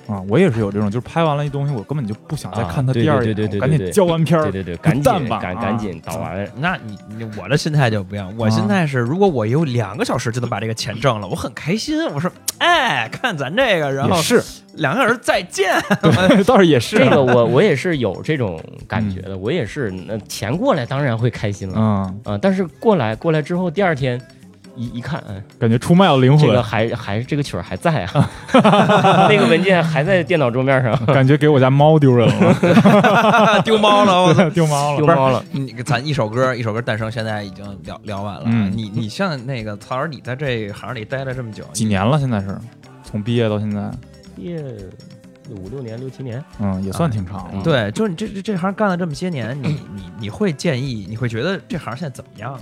啊，我也是有这种，就是拍完了一东西，我根本就不想再看它啊对第二对眼，对对我对赶对紧交完片对儿，对对，赶蛋紧吧赶啊赶紧导完，那你你我的心态就不一样，我心态是，如果我有两个小时就能把这个钱挣了，我很开心。我说，哎，看咱这个，然后也是，两个小时再见， 倒是也是啊这个我我也是有这种感觉的，我也是，那钱过来当然会开心了啊、啊，但是过来过来之后，第二天一一看，嗯，感觉出卖了灵这魂，个还还这个曲儿还在啊，那个文件还在电脑桌面 上，感觉给我家猫丢人 了，啊丢猫了，我操！丢猫丢了，猫了。你咱一首歌一首歌诞生，现在已经聊聊完了。啊嗯你你像那个曹老师，你在这行里待了这么久，几年了？现在是从毕业到现在，毕业五六年六七年，嗯，也啊算挺长你？了。对，就是你这这这行干了这么些年，你你你会建议，你会觉得这行现在怎么样啊？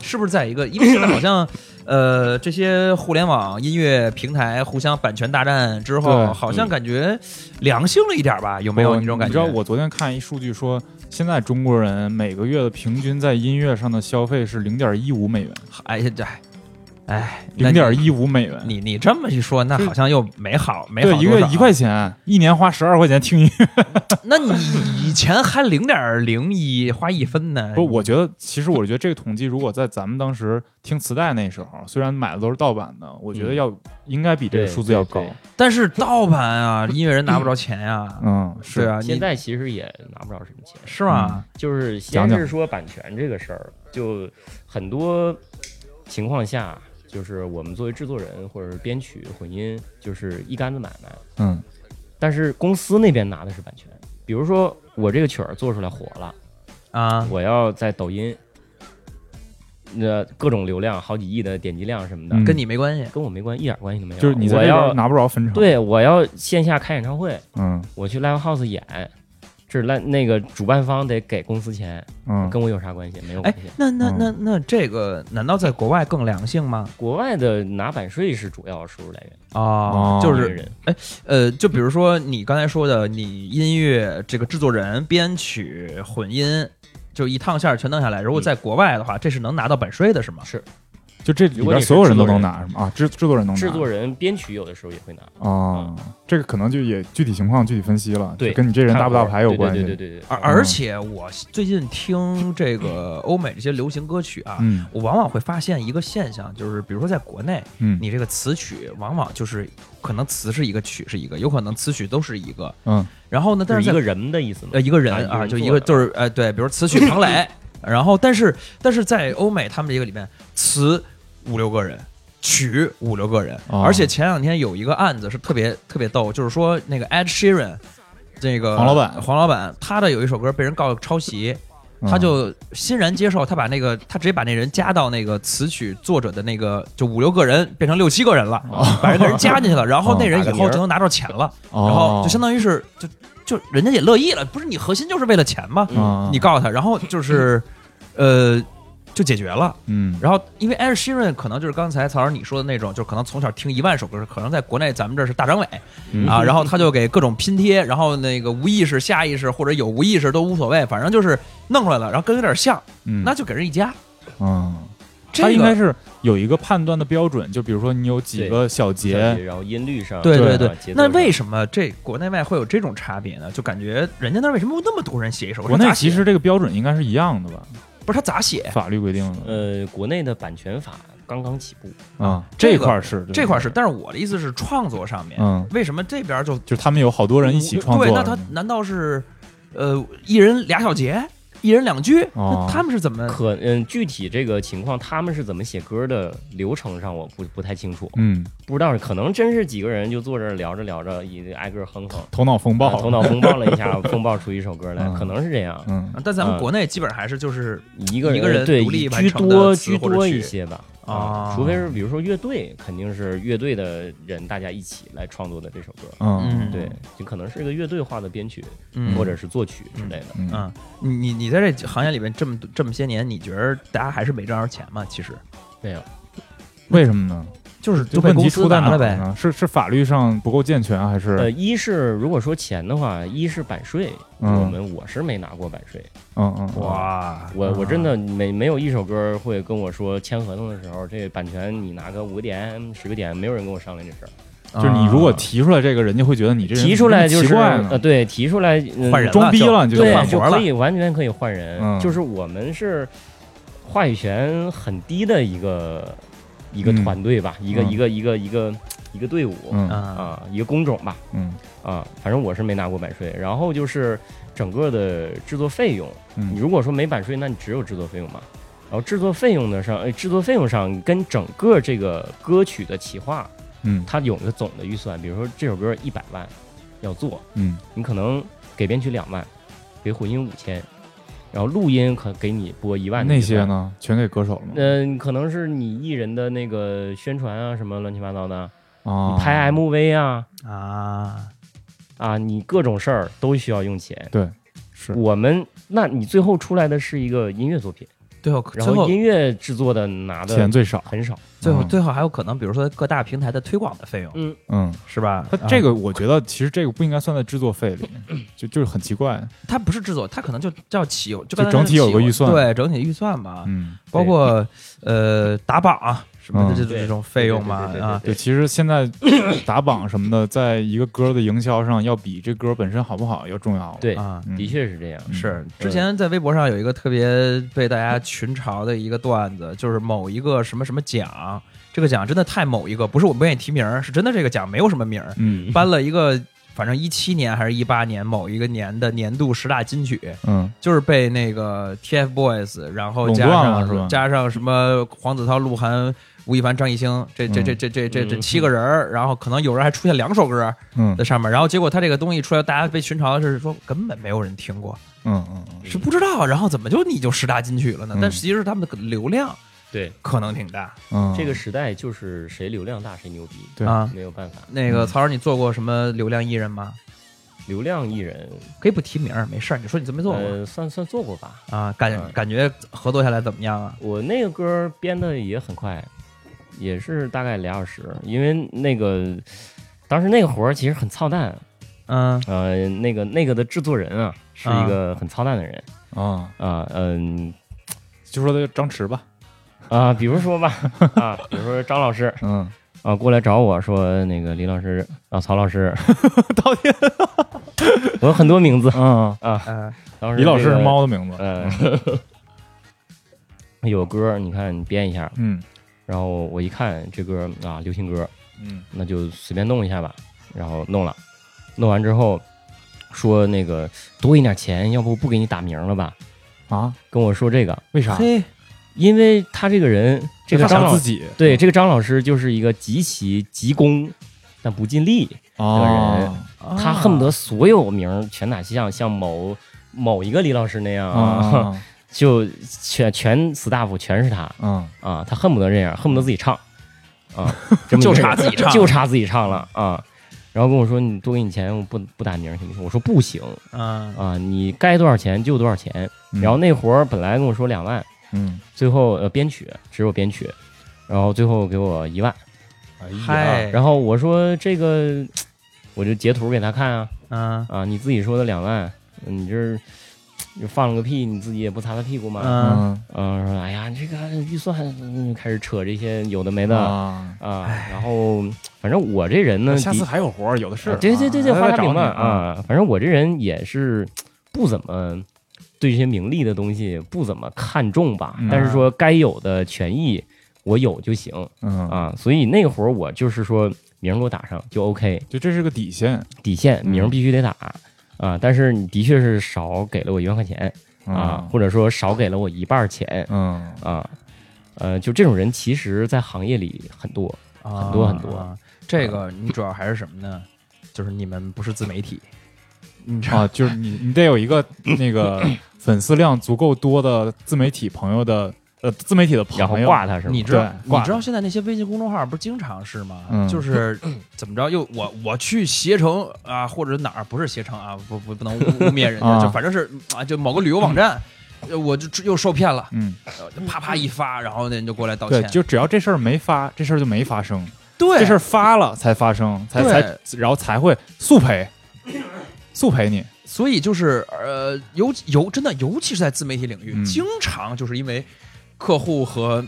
是不是在一个，因为现在好像，呃，这些互联网音乐平台互相版权大战之后，对好像嗯感觉良性了一点吧？有没有我你这种感你知觉？道我昨天看一数据说，现在中国人每个月的平均在音乐上的消费是零点一五美元，哎呀，这，哎，那零你点，一五美元。你你这么一说，那是好像又没好没好对，一个月多少啊啊一块钱，一年花十二块钱听音乐。那你以前还零点零一花一分哎呢？不，我觉得其实我觉得这个统计，如果在咱们当时听磁带那时候，虽然买的都是盗版的，我觉得嗯要应该比这个对数字要对高对。但是盗版啊，音乐人拿不着钱呀、嗯，对是啊，现你在其实也拿不着什么钱，是吗？就是讲先讲是说版权这个事儿，就很多情况下，就是我们作为制作人或者是编曲、混音，就是一竿子买卖。嗯但是公司那边拿的是版权，比如说我这个曲儿做出来火了，嗯啊，我要在抖音，那各种流量好几亿的点击量什么的，嗯跟你没关系。跟我没关系，一点关系都没有。就是你在我这要边拿不着分成。，对我要线下开演唱会，嗯我去 live house 演，这 live 那个主办方得给公司钱，嗯，跟我有啥关系？没有关哎系。，那那那那这个难道在国外更良性吗？国外的拿版税是主要收入来源，啊哦，就个是人呃，就比如说你刚才说的，你音乐这个制作人、编曲、混音，就一趟线儿全弄下来。嗯如果在国外的话，这是能拿到版税的，是吗？就这里如果边你是所有人都制作能人拿是吗？啊，制制作人能拿。制作人、编曲有的时候也会拿，哦，这个可能就也具体情况具体分析了，对就跟你这人大不大牌有对关系。对对对对对，而嗯而且我最近听这个欧美这些流行歌曲啊，嗯我往往会发现一个现象，就是比如说在国内，嗯你这个词曲往往就是可能词是一个，曲是一个，有可能词曲都是一个。嗯然后呢，但就是在是一个人的意思嘛呃。一个人啊啊，一个人就做一个的就是呃对，比如词曲 彭磊，然后但是但是在欧美他们这个里面，词五六个人。曲五六个人，哦而且前两天有一个案子是特别特别逗，就是说那个 Ed Sheeran，这个黄老板黄老板他的有一首歌被人告抄袭，嗯，他就欣然接受，他把那个他直接把那人加到那个词曲作者的那个就五六个人变成六七个人了，把人给人加进去了，然后那人以后就能拿着钱了，哦然后就相当于是就就人家也乐意了，不是你核心就是为了钱吗？嗯啊，你告诉他，然后就是呃就解决了。嗯然后因为艾 d s h e 可能就是刚才曹老师你说的那种，就可能从小听一万首歌，可能在国内咱们这是大张伟嗯啊，然后他就给各种拼贴，然后那个无意识、下意识或者有无意识都无所谓，反正就是弄出来了，然后跟有点像。嗯，那就给人一家。嗯，这他个应该是有一个判断的标准，就比如说你有几个小小节节，然后音律上，对对对啊对节，奏那上为什么这国内外会有这种差别呢？就感觉人家那儿为什么那么多人写一首？国是内咋写其实这个标准应该是一样的吧？不是他咋写，法律规定的呃，国内的版权法刚刚起步，啊，嗯这个块儿是这块儿是，，但是我的意思是创作上面，嗯，为什么这边就就是他们有好多人一起创作，嗯对，那他难道是呃一人俩小节，一人两句？哦那他们是怎么？可嗯，具体这个情况他们是怎么写歌的流程上，我不不太清楚，嗯，不知道可能真是几个人就坐这儿聊着聊着，一挨个哼哼，头脑风啊暴，头脑风暴了 一下，风暴出一首歌来嗯，可能是这样，嗯但咱们嗯国内基本还是就是一个嗯人一个人对独立完居成的多词居或者多曲一些吧，啊除非是比如说乐队，肯定是乐队的人大家一起来创作的这首歌。嗯，对，就可能是一个乐队化的编曲，嗯或者是作曲之类的。嗯嗯，你你你在这行业里边这么这么些年，你觉得大家还是没挣着钱吗？其实没有，为什么呢？就是就都被问题公出司在拿哪了儿呗。呢？啊是是法律上不够健全，还呃，是一是如果说钱的话，一是版税，嗯我们我是没拿过版税，嗯嗯嗯哇，我我真的没没有一首歌会跟我说签合同的时候，这版权你拿个五个点、十个点，没有人跟我商量这事儿。啊就是你如果提出来这个，人家会觉得你这人提出来就怎么是奇怪呃，呢，对，提出来嗯换人了装逼了你就对得换就活了可以完全可以换人，嗯就是我们是话语权很低的一个一个嗯团队吧，一个嗯一个一个一个一个队伍、嗯啊，啊，一个工种吧嗯啊，反正我是没拿过版税。然后就是整个的制作费用，嗯你如果说没版税，那你只有制作费用嘛。然后制作费用的上，呃，制作费用上跟整个这个歌曲的企划，嗯它有个总的预算，比如说这首歌一百万要做，嗯你可能给编曲两万，给混音五千，然后录音可给你拨一万嗯，的那预算些？呢，全给歌手了吗？嗯、可能是你艺人的那个宣传啊，什么乱七八糟的，啊，你拍 MV 啊啊，啊，你各种事儿都需要用钱。嗯是我们，那你最后出来的是一个音乐作品，最后然最后后音乐制作的拿的钱最少，很少。最后嗯最后还有可能，比如说各大平台的推广的费用，嗯，嗯。是吧？啊他这个，我觉得其实这个不应该算在制作费里， 就就是很奇怪。啊它不是制作，它可能就叫起有，就就刚才那整体有个起预算对整体预算啊嘛，嗯，包括呃打榜啊什么的嗯这对这种费用嘛对对对对啊，对，其实现在打榜什么的，在一个歌的营销上，要比这歌本身好不好要重要了。对，啊。嗯，的确是这样。嗯是对之前在微博上有一个特别被大家群嘲的一个段子，就是某一个什么什么奖，这个奖真的太某一个，不是我不愿意提名儿，是真的这个奖没有什么 名儿，嗯颁了一个反正一七年还是一八年某一个年的年度十大金曲，嗯就是被那个 TFBOYS，然后垄加断了是上吧加上什么黄子韬、鹿晗、吴亦凡、张艺兴这这这这这这这嗯七个人儿，然后可能有人还出现两首歌嗯呃在上面，然后结果他这个东西出来，大家被群嘲的是说根本没有人听过，嗯嗯嗯，是不知道，然后怎么就你就十大金曲了呢？嗯但其实他们的流量对，可能挺大嗯这个时代就是谁流量大谁牛逼，对啊。没有办法。那个嗯曹老师，你做过什么流量艺人吗？流量艺人，可以不提名儿，没事儿，你说你做没做过呃，算算做过吧。啊？感嗯感觉合作下来怎么样啊？我那个歌编的也很快，也是大概俩小时，因为那个当时那个活儿其实很操蛋，嗯呃，那个那个的制作人啊是一个很操蛋的人啊，啊，嗯就说的张弛吧。 啊，比如说吧啊，比如说张老师 嗯，啊过来找我说那个李老师啊曹老师，讨厌。我有很多名字，嗯，嗯 当时李老师这是个，猫的名字。嗯、 有歌儿你看你编一下，嗯然后我一看这歌儿啊流行歌，嗯那就随便弄一下吧。然后弄了，弄完之后说那个多一点钱，要不不给你打名了吧？啊，跟我说这个，为啥？嘿，因为他这个人，这个他张想老自己对嗯这个张老师就是一个极其急功但不尽力，哦，他恨不得所有名儿全打像像某某一个李老师那样，哦啊 就全全 staff 全是他嗯啊，他恨不得这样，恨不得自己唱 啊，这么一就个人差自己唱，就差自己唱了啊。然后跟我说你多给你钱，我不不打名行不行？我说不行嗯啊，你该多少钱就多少钱。嗯，然后那活儿本来跟我说两万，嗯，最后呃编曲只有编曲，然后最后给我一万。嗨然后我说这个，我就截图给他看啊嗯啊，你自己说的两万，你这儿就放了个屁，你自己也不擦擦屁股嘛。嗯嗯嗯、说哎呀，这个预算、嗯开始扯这些有的没的啊啊，然后反正我这人呢，下的次还有活儿，有的是啊。对对对对，啊画大找饼你嘛啊，反正我这人也是不怎么对这些名利的东西不怎么看重吧，嗯但是说该有的权益我有就行嗯，啊，所以那个活儿我就是说名儿给我打上就 OK，就这是个底线底线名儿必须得打。啊，但是你的确是少给了我一万块钱啊，嗯或者说少给了我一半儿钱 嗯啊，呃，就这种人其实，在行业里很多，很多很多啊这个你主要还是什么呢？就是你们不是自媒体， 你知道啊， 就是你你得有一个那个粉丝量足够多的自媒体朋友的呃自媒体的朋友，然后挂他是吗？你知道对你挂知道现在那些微信公众号不是经常是吗？嗯就是怎么着又我我去携程啊，或者哪儿不是携程啊，不不不能污污蔑人家，啊就反正是啊，就某个旅游网站，呃我就又受骗了，嗯，呃啪啪一发，然后那人就过来道对歉，，就只要这事儿没发，这事儿就没发生，对这事儿发了才发生，才对才然后才会速赔，速赔 你，所以就是呃，尤尤真的，尤其是在自媒体领域，嗯经常就是因为客户和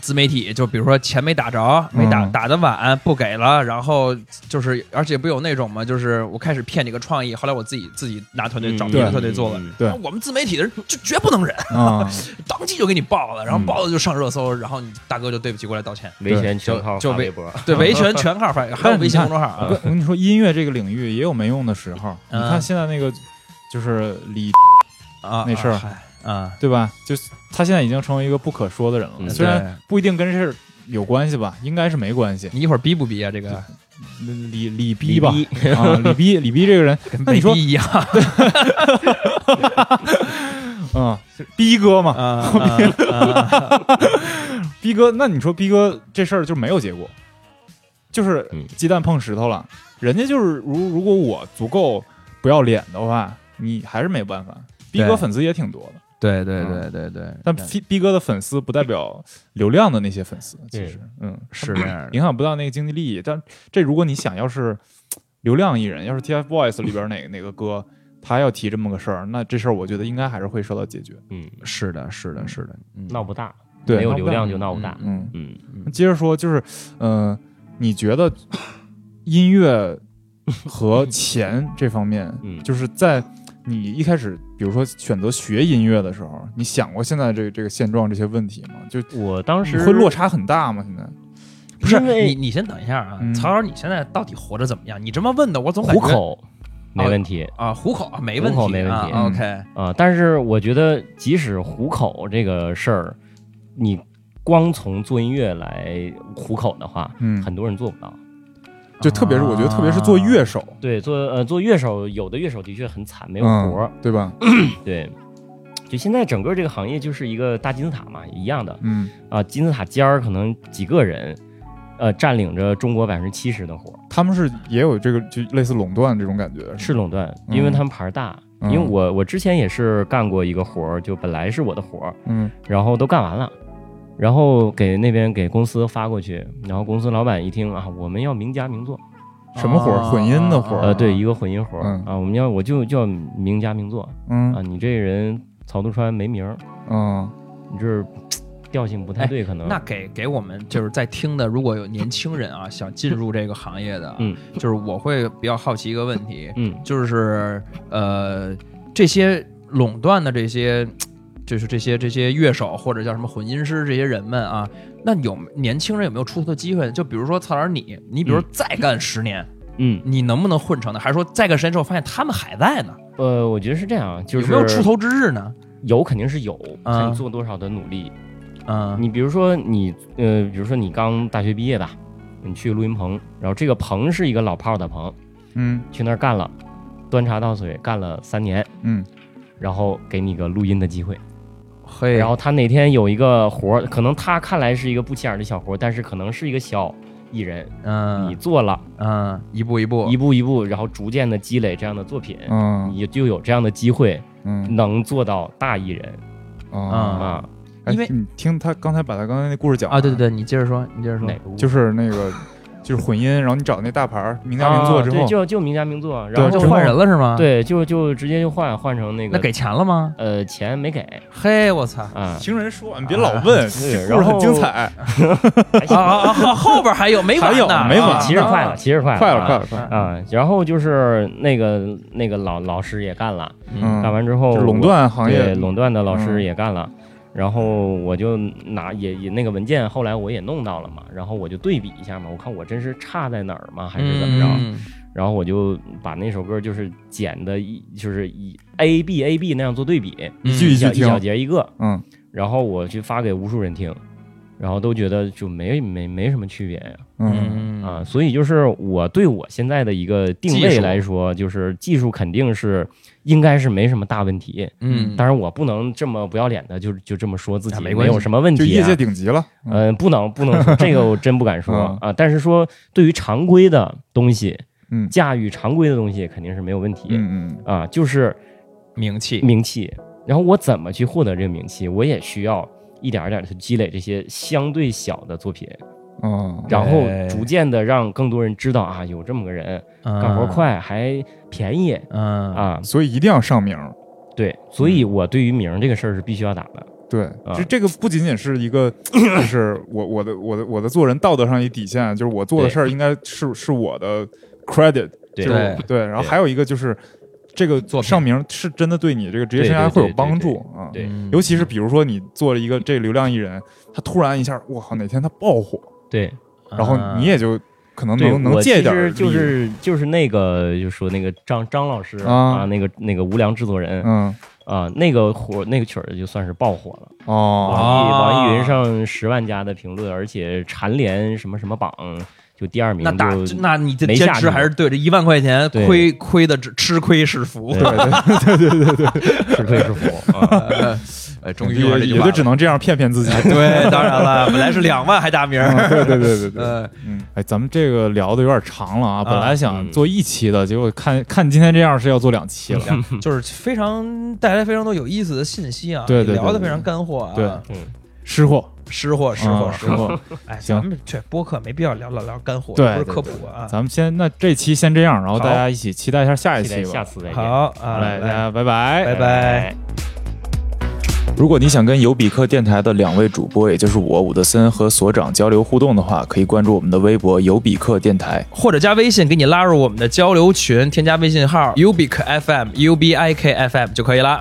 自媒体，就比如说钱没打着，没打、嗯打的晚，不给了，然后就是而且不有那种嘛，就是我开始骗你个创意，后来我自己自己拿团队找别的对团队做了。嗯对那我们自媒体的人就绝不能忍， 啊，当即就给你爆了，然后嗯爆了就上热搜，然后你大哥就对不起过来道歉，维权全靠就就发维微博，对维 权全号发，还有微信公众号啊不，我跟哎你说，音乐这个领域也有没用的时候。嗯你看现在那个，就是李，啊，没事儿嗨啊，对吧？就是他现在已经成为一个不可说的人了，嗯虽然对不一定跟这事儿有关系吧，应该是没关系。你一会儿逼不逼啊？这个李李逼逼吧，啊，李逼，李逼这个人，那你没说逼，一样嗯，逼哥嘛，啊啊啊逼哥，那你说逼哥这事儿就没有结果，就是嗯鸡蛋碰石头了。人家就是如如果我足够不要脸的话，你还是没办法。逼哥对粉丝也挺多的。对对对嗯对对，但对 B 逼哥的粉丝不代表流量的那些粉丝，其对实，嗯，是这样的。影响不到那个经济利益。但这如果你想要是流量艺人，要是 TFBOYS 里边哪 哪个歌，他要提这么个事儿，那这事儿我觉得应该还是会受到解决。嗯，是的，是的，是的，嗯闹不大，对没有闹不流大量就闹不大。嗯，嗯，那接着说，就是，嗯、你觉得音乐和钱这方面，嗯就是在你一开始，比如说选择学音乐的时候，你想过现在这这个现状这些问题吗？就嗯我当时会落差很大吗？现在？不是因为你，你先等一下啊，嗯曹老师，你现在到底活着怎么样？你这么问的，我总感虎觉口没哦问题啊，虎口啊没问虎口题，没问题啊嗯 OK，啊，但是我觉得即使虎口这个事儿，你光从做音乐来虎口的话，嗯，很多人做不到。就特别是我觉得，特别是做啊乐手，对，做呃做乐手，有的乐手的确很惨，没有活儿。嗯对吧？对，就现在整个这个行业就是一个大金字塔嘛，一样的嗯啊，金字塔尖儿可能几个人，呃，占领着中国百分之七十的活儿，他们是也有这个就类似垄断这种感觉，是吗垄断，因为嗯他们牌儿大。嗯因为我我之前也是干过一个活儿，就本来是我的活儿，嗯然后都干完了，然后给那边给公司发过去，然后公司老板一听啊，我们要名家名作，什么活儿啊混音的活儿呃，对，一个混音活儿、嗯啊，我们要我就叫名家名作啊，嗯你这人曹杜川没名儿，嗯你这儿调性不太对，可能、那给给我们就是在听的，如果有年轻人啊想进入这个行业的，嗯，就是我会比较好奇一个问题，嗯就是呃，这些垄断的这些，就是这些这些乐手或者叫什么混音师这些人们啊，那有年轻人有没有出头的机会？就比如说曹老师你，你比如说再干十年，嗯你能不能混成呢？还是说再干十年之后发现他们还在呢？呃，我觉得是这样，就是有没有出头之日呢？有肯定是有，啊看你做多少的努力。嗯啊你比如说你呃，比如说你刚大学毕业吧，你去录音棚，然后这个棚是一个老炮儿的棚，嗯去那儿干了，端茶倒水干了三年，嗯然后给你个录音的机会。嘿然后他哪天有一个活儿，可能他看来是一个不起眼的小活儿，但是可能是一个小艺人，你嗯做了嗯，一步一步一步一步，然后逐渐的积累这样的作品，嗯你就有这样的机会嗯能做到大艺人啊，啊。哎因为你听他刚才把他刚才那故事讲啊，对对对，对，你接着说，你接着说哪，个屋就是那个就是混音，然后你找那大牌儿名家名作啊之对后，就就名家名作，然后就之后换人了是啊，吗？，对，就就直接就换换成那个那给钱了吗？呃钱没给嘿，我操！啊听人说，你别老问，这故然事后很精彩，还啊行啊啊！后后边还有没完还有呢？没完啊其实快了，其实快了，快了快了快了，啊啊。然后就是那个那个老老师也干了，嗯，啊干完之后就是垄我断行业对，垄断的老师嗯也干了。然后我就拿也也那个文件，后来我也弄到了嘛，然后我就对比一下嘛，我看我真是差在哪儿嘛，还是怎么着？嗯然后我就把那首歌就是剪的一，就是以 A B A B 那样做对比，一句一句一小一小听，节一个，嗯然后我去发给无数人听，然后都觉得就没没没什么区别呀、嗯啊，所以就是我对我现在的一个定技位术来说，就是技术肯定是应该是没什么大问题。嗯，当然，我不能这么不要脸的就就这么说自己啊没没关系有什么问就题、业啊界。顶级了。嗯嗯，不能不能说这个，我真不敢说嗯啊。但是说对于常规的东西，嗯驾驭常规的东西肯定是没有问题嗯嗯啊。就是名气，名气，然后我怎么去获得这个名气，我也需要一点儿一点的去积累这些相对小的作品，哦，然后对逐渐的让更多人知道啊，有这么个人，干干活，快还便宜嗯啊。所以一定要上名儿。对，所以我对于名儿这个事儿是必须要打的。对，啊这这个不仅仅是一 个，就是我我的我的我的做人道德上一底线，就是我做的对事儿应该是是我的 credit，对就是我对，然后对还有一个就是这个作品上名是真的对你这个职业生涯对对对会有帮助啊，对嗯尤其是比如说你做了一个这流量艺人，他突然一下，我靠，哪天他爆火，对，嗯然后你也就可能对，能能我借一其点实儿就利益，是就是那个就说那个张张老师啊啊，那个那个无良制作人嗯，啊，那个火那个曲儿就算是爆火了。哦，网易啊网易云上十万加的评论，而且蝉联什么什么榜，就第二名那打就那你这没坚下持去还是对着一万块钱对亏亏的吃亏是福， 对对，吃亏是福啊。哎，终于用上也这句也就话了只能这样骗骗 自己，对，当然了，本来是两万还大名儿，嗯对对对对对。 呃，嗯， 哎，咱们这个聊的有点长了啊，本来想嗯做一期的，结果看看今天这样是要做两期了。就是非常带来非常多有意思的信息啊，对对对聊的非常干货啊，对嗯，吃货，吃货吃啊货吃吃货，货。哎，行咱们这播客没必要聊老聊干货，对不是对科对普啊，咱们先，那这期先这样，然后大家一起期待一下下一期待期吧。下次再见。好好啊，嘞，大来，家拜拜，拜拜。如果你想跟有比克电台的两位主播，也就是我伍德森和所长交流互动的话，可以关注我们的微博“有比克电台或者加微信给你拉入我们的交流群，添加微信号 ubik fm u b i k f m 就可以啦。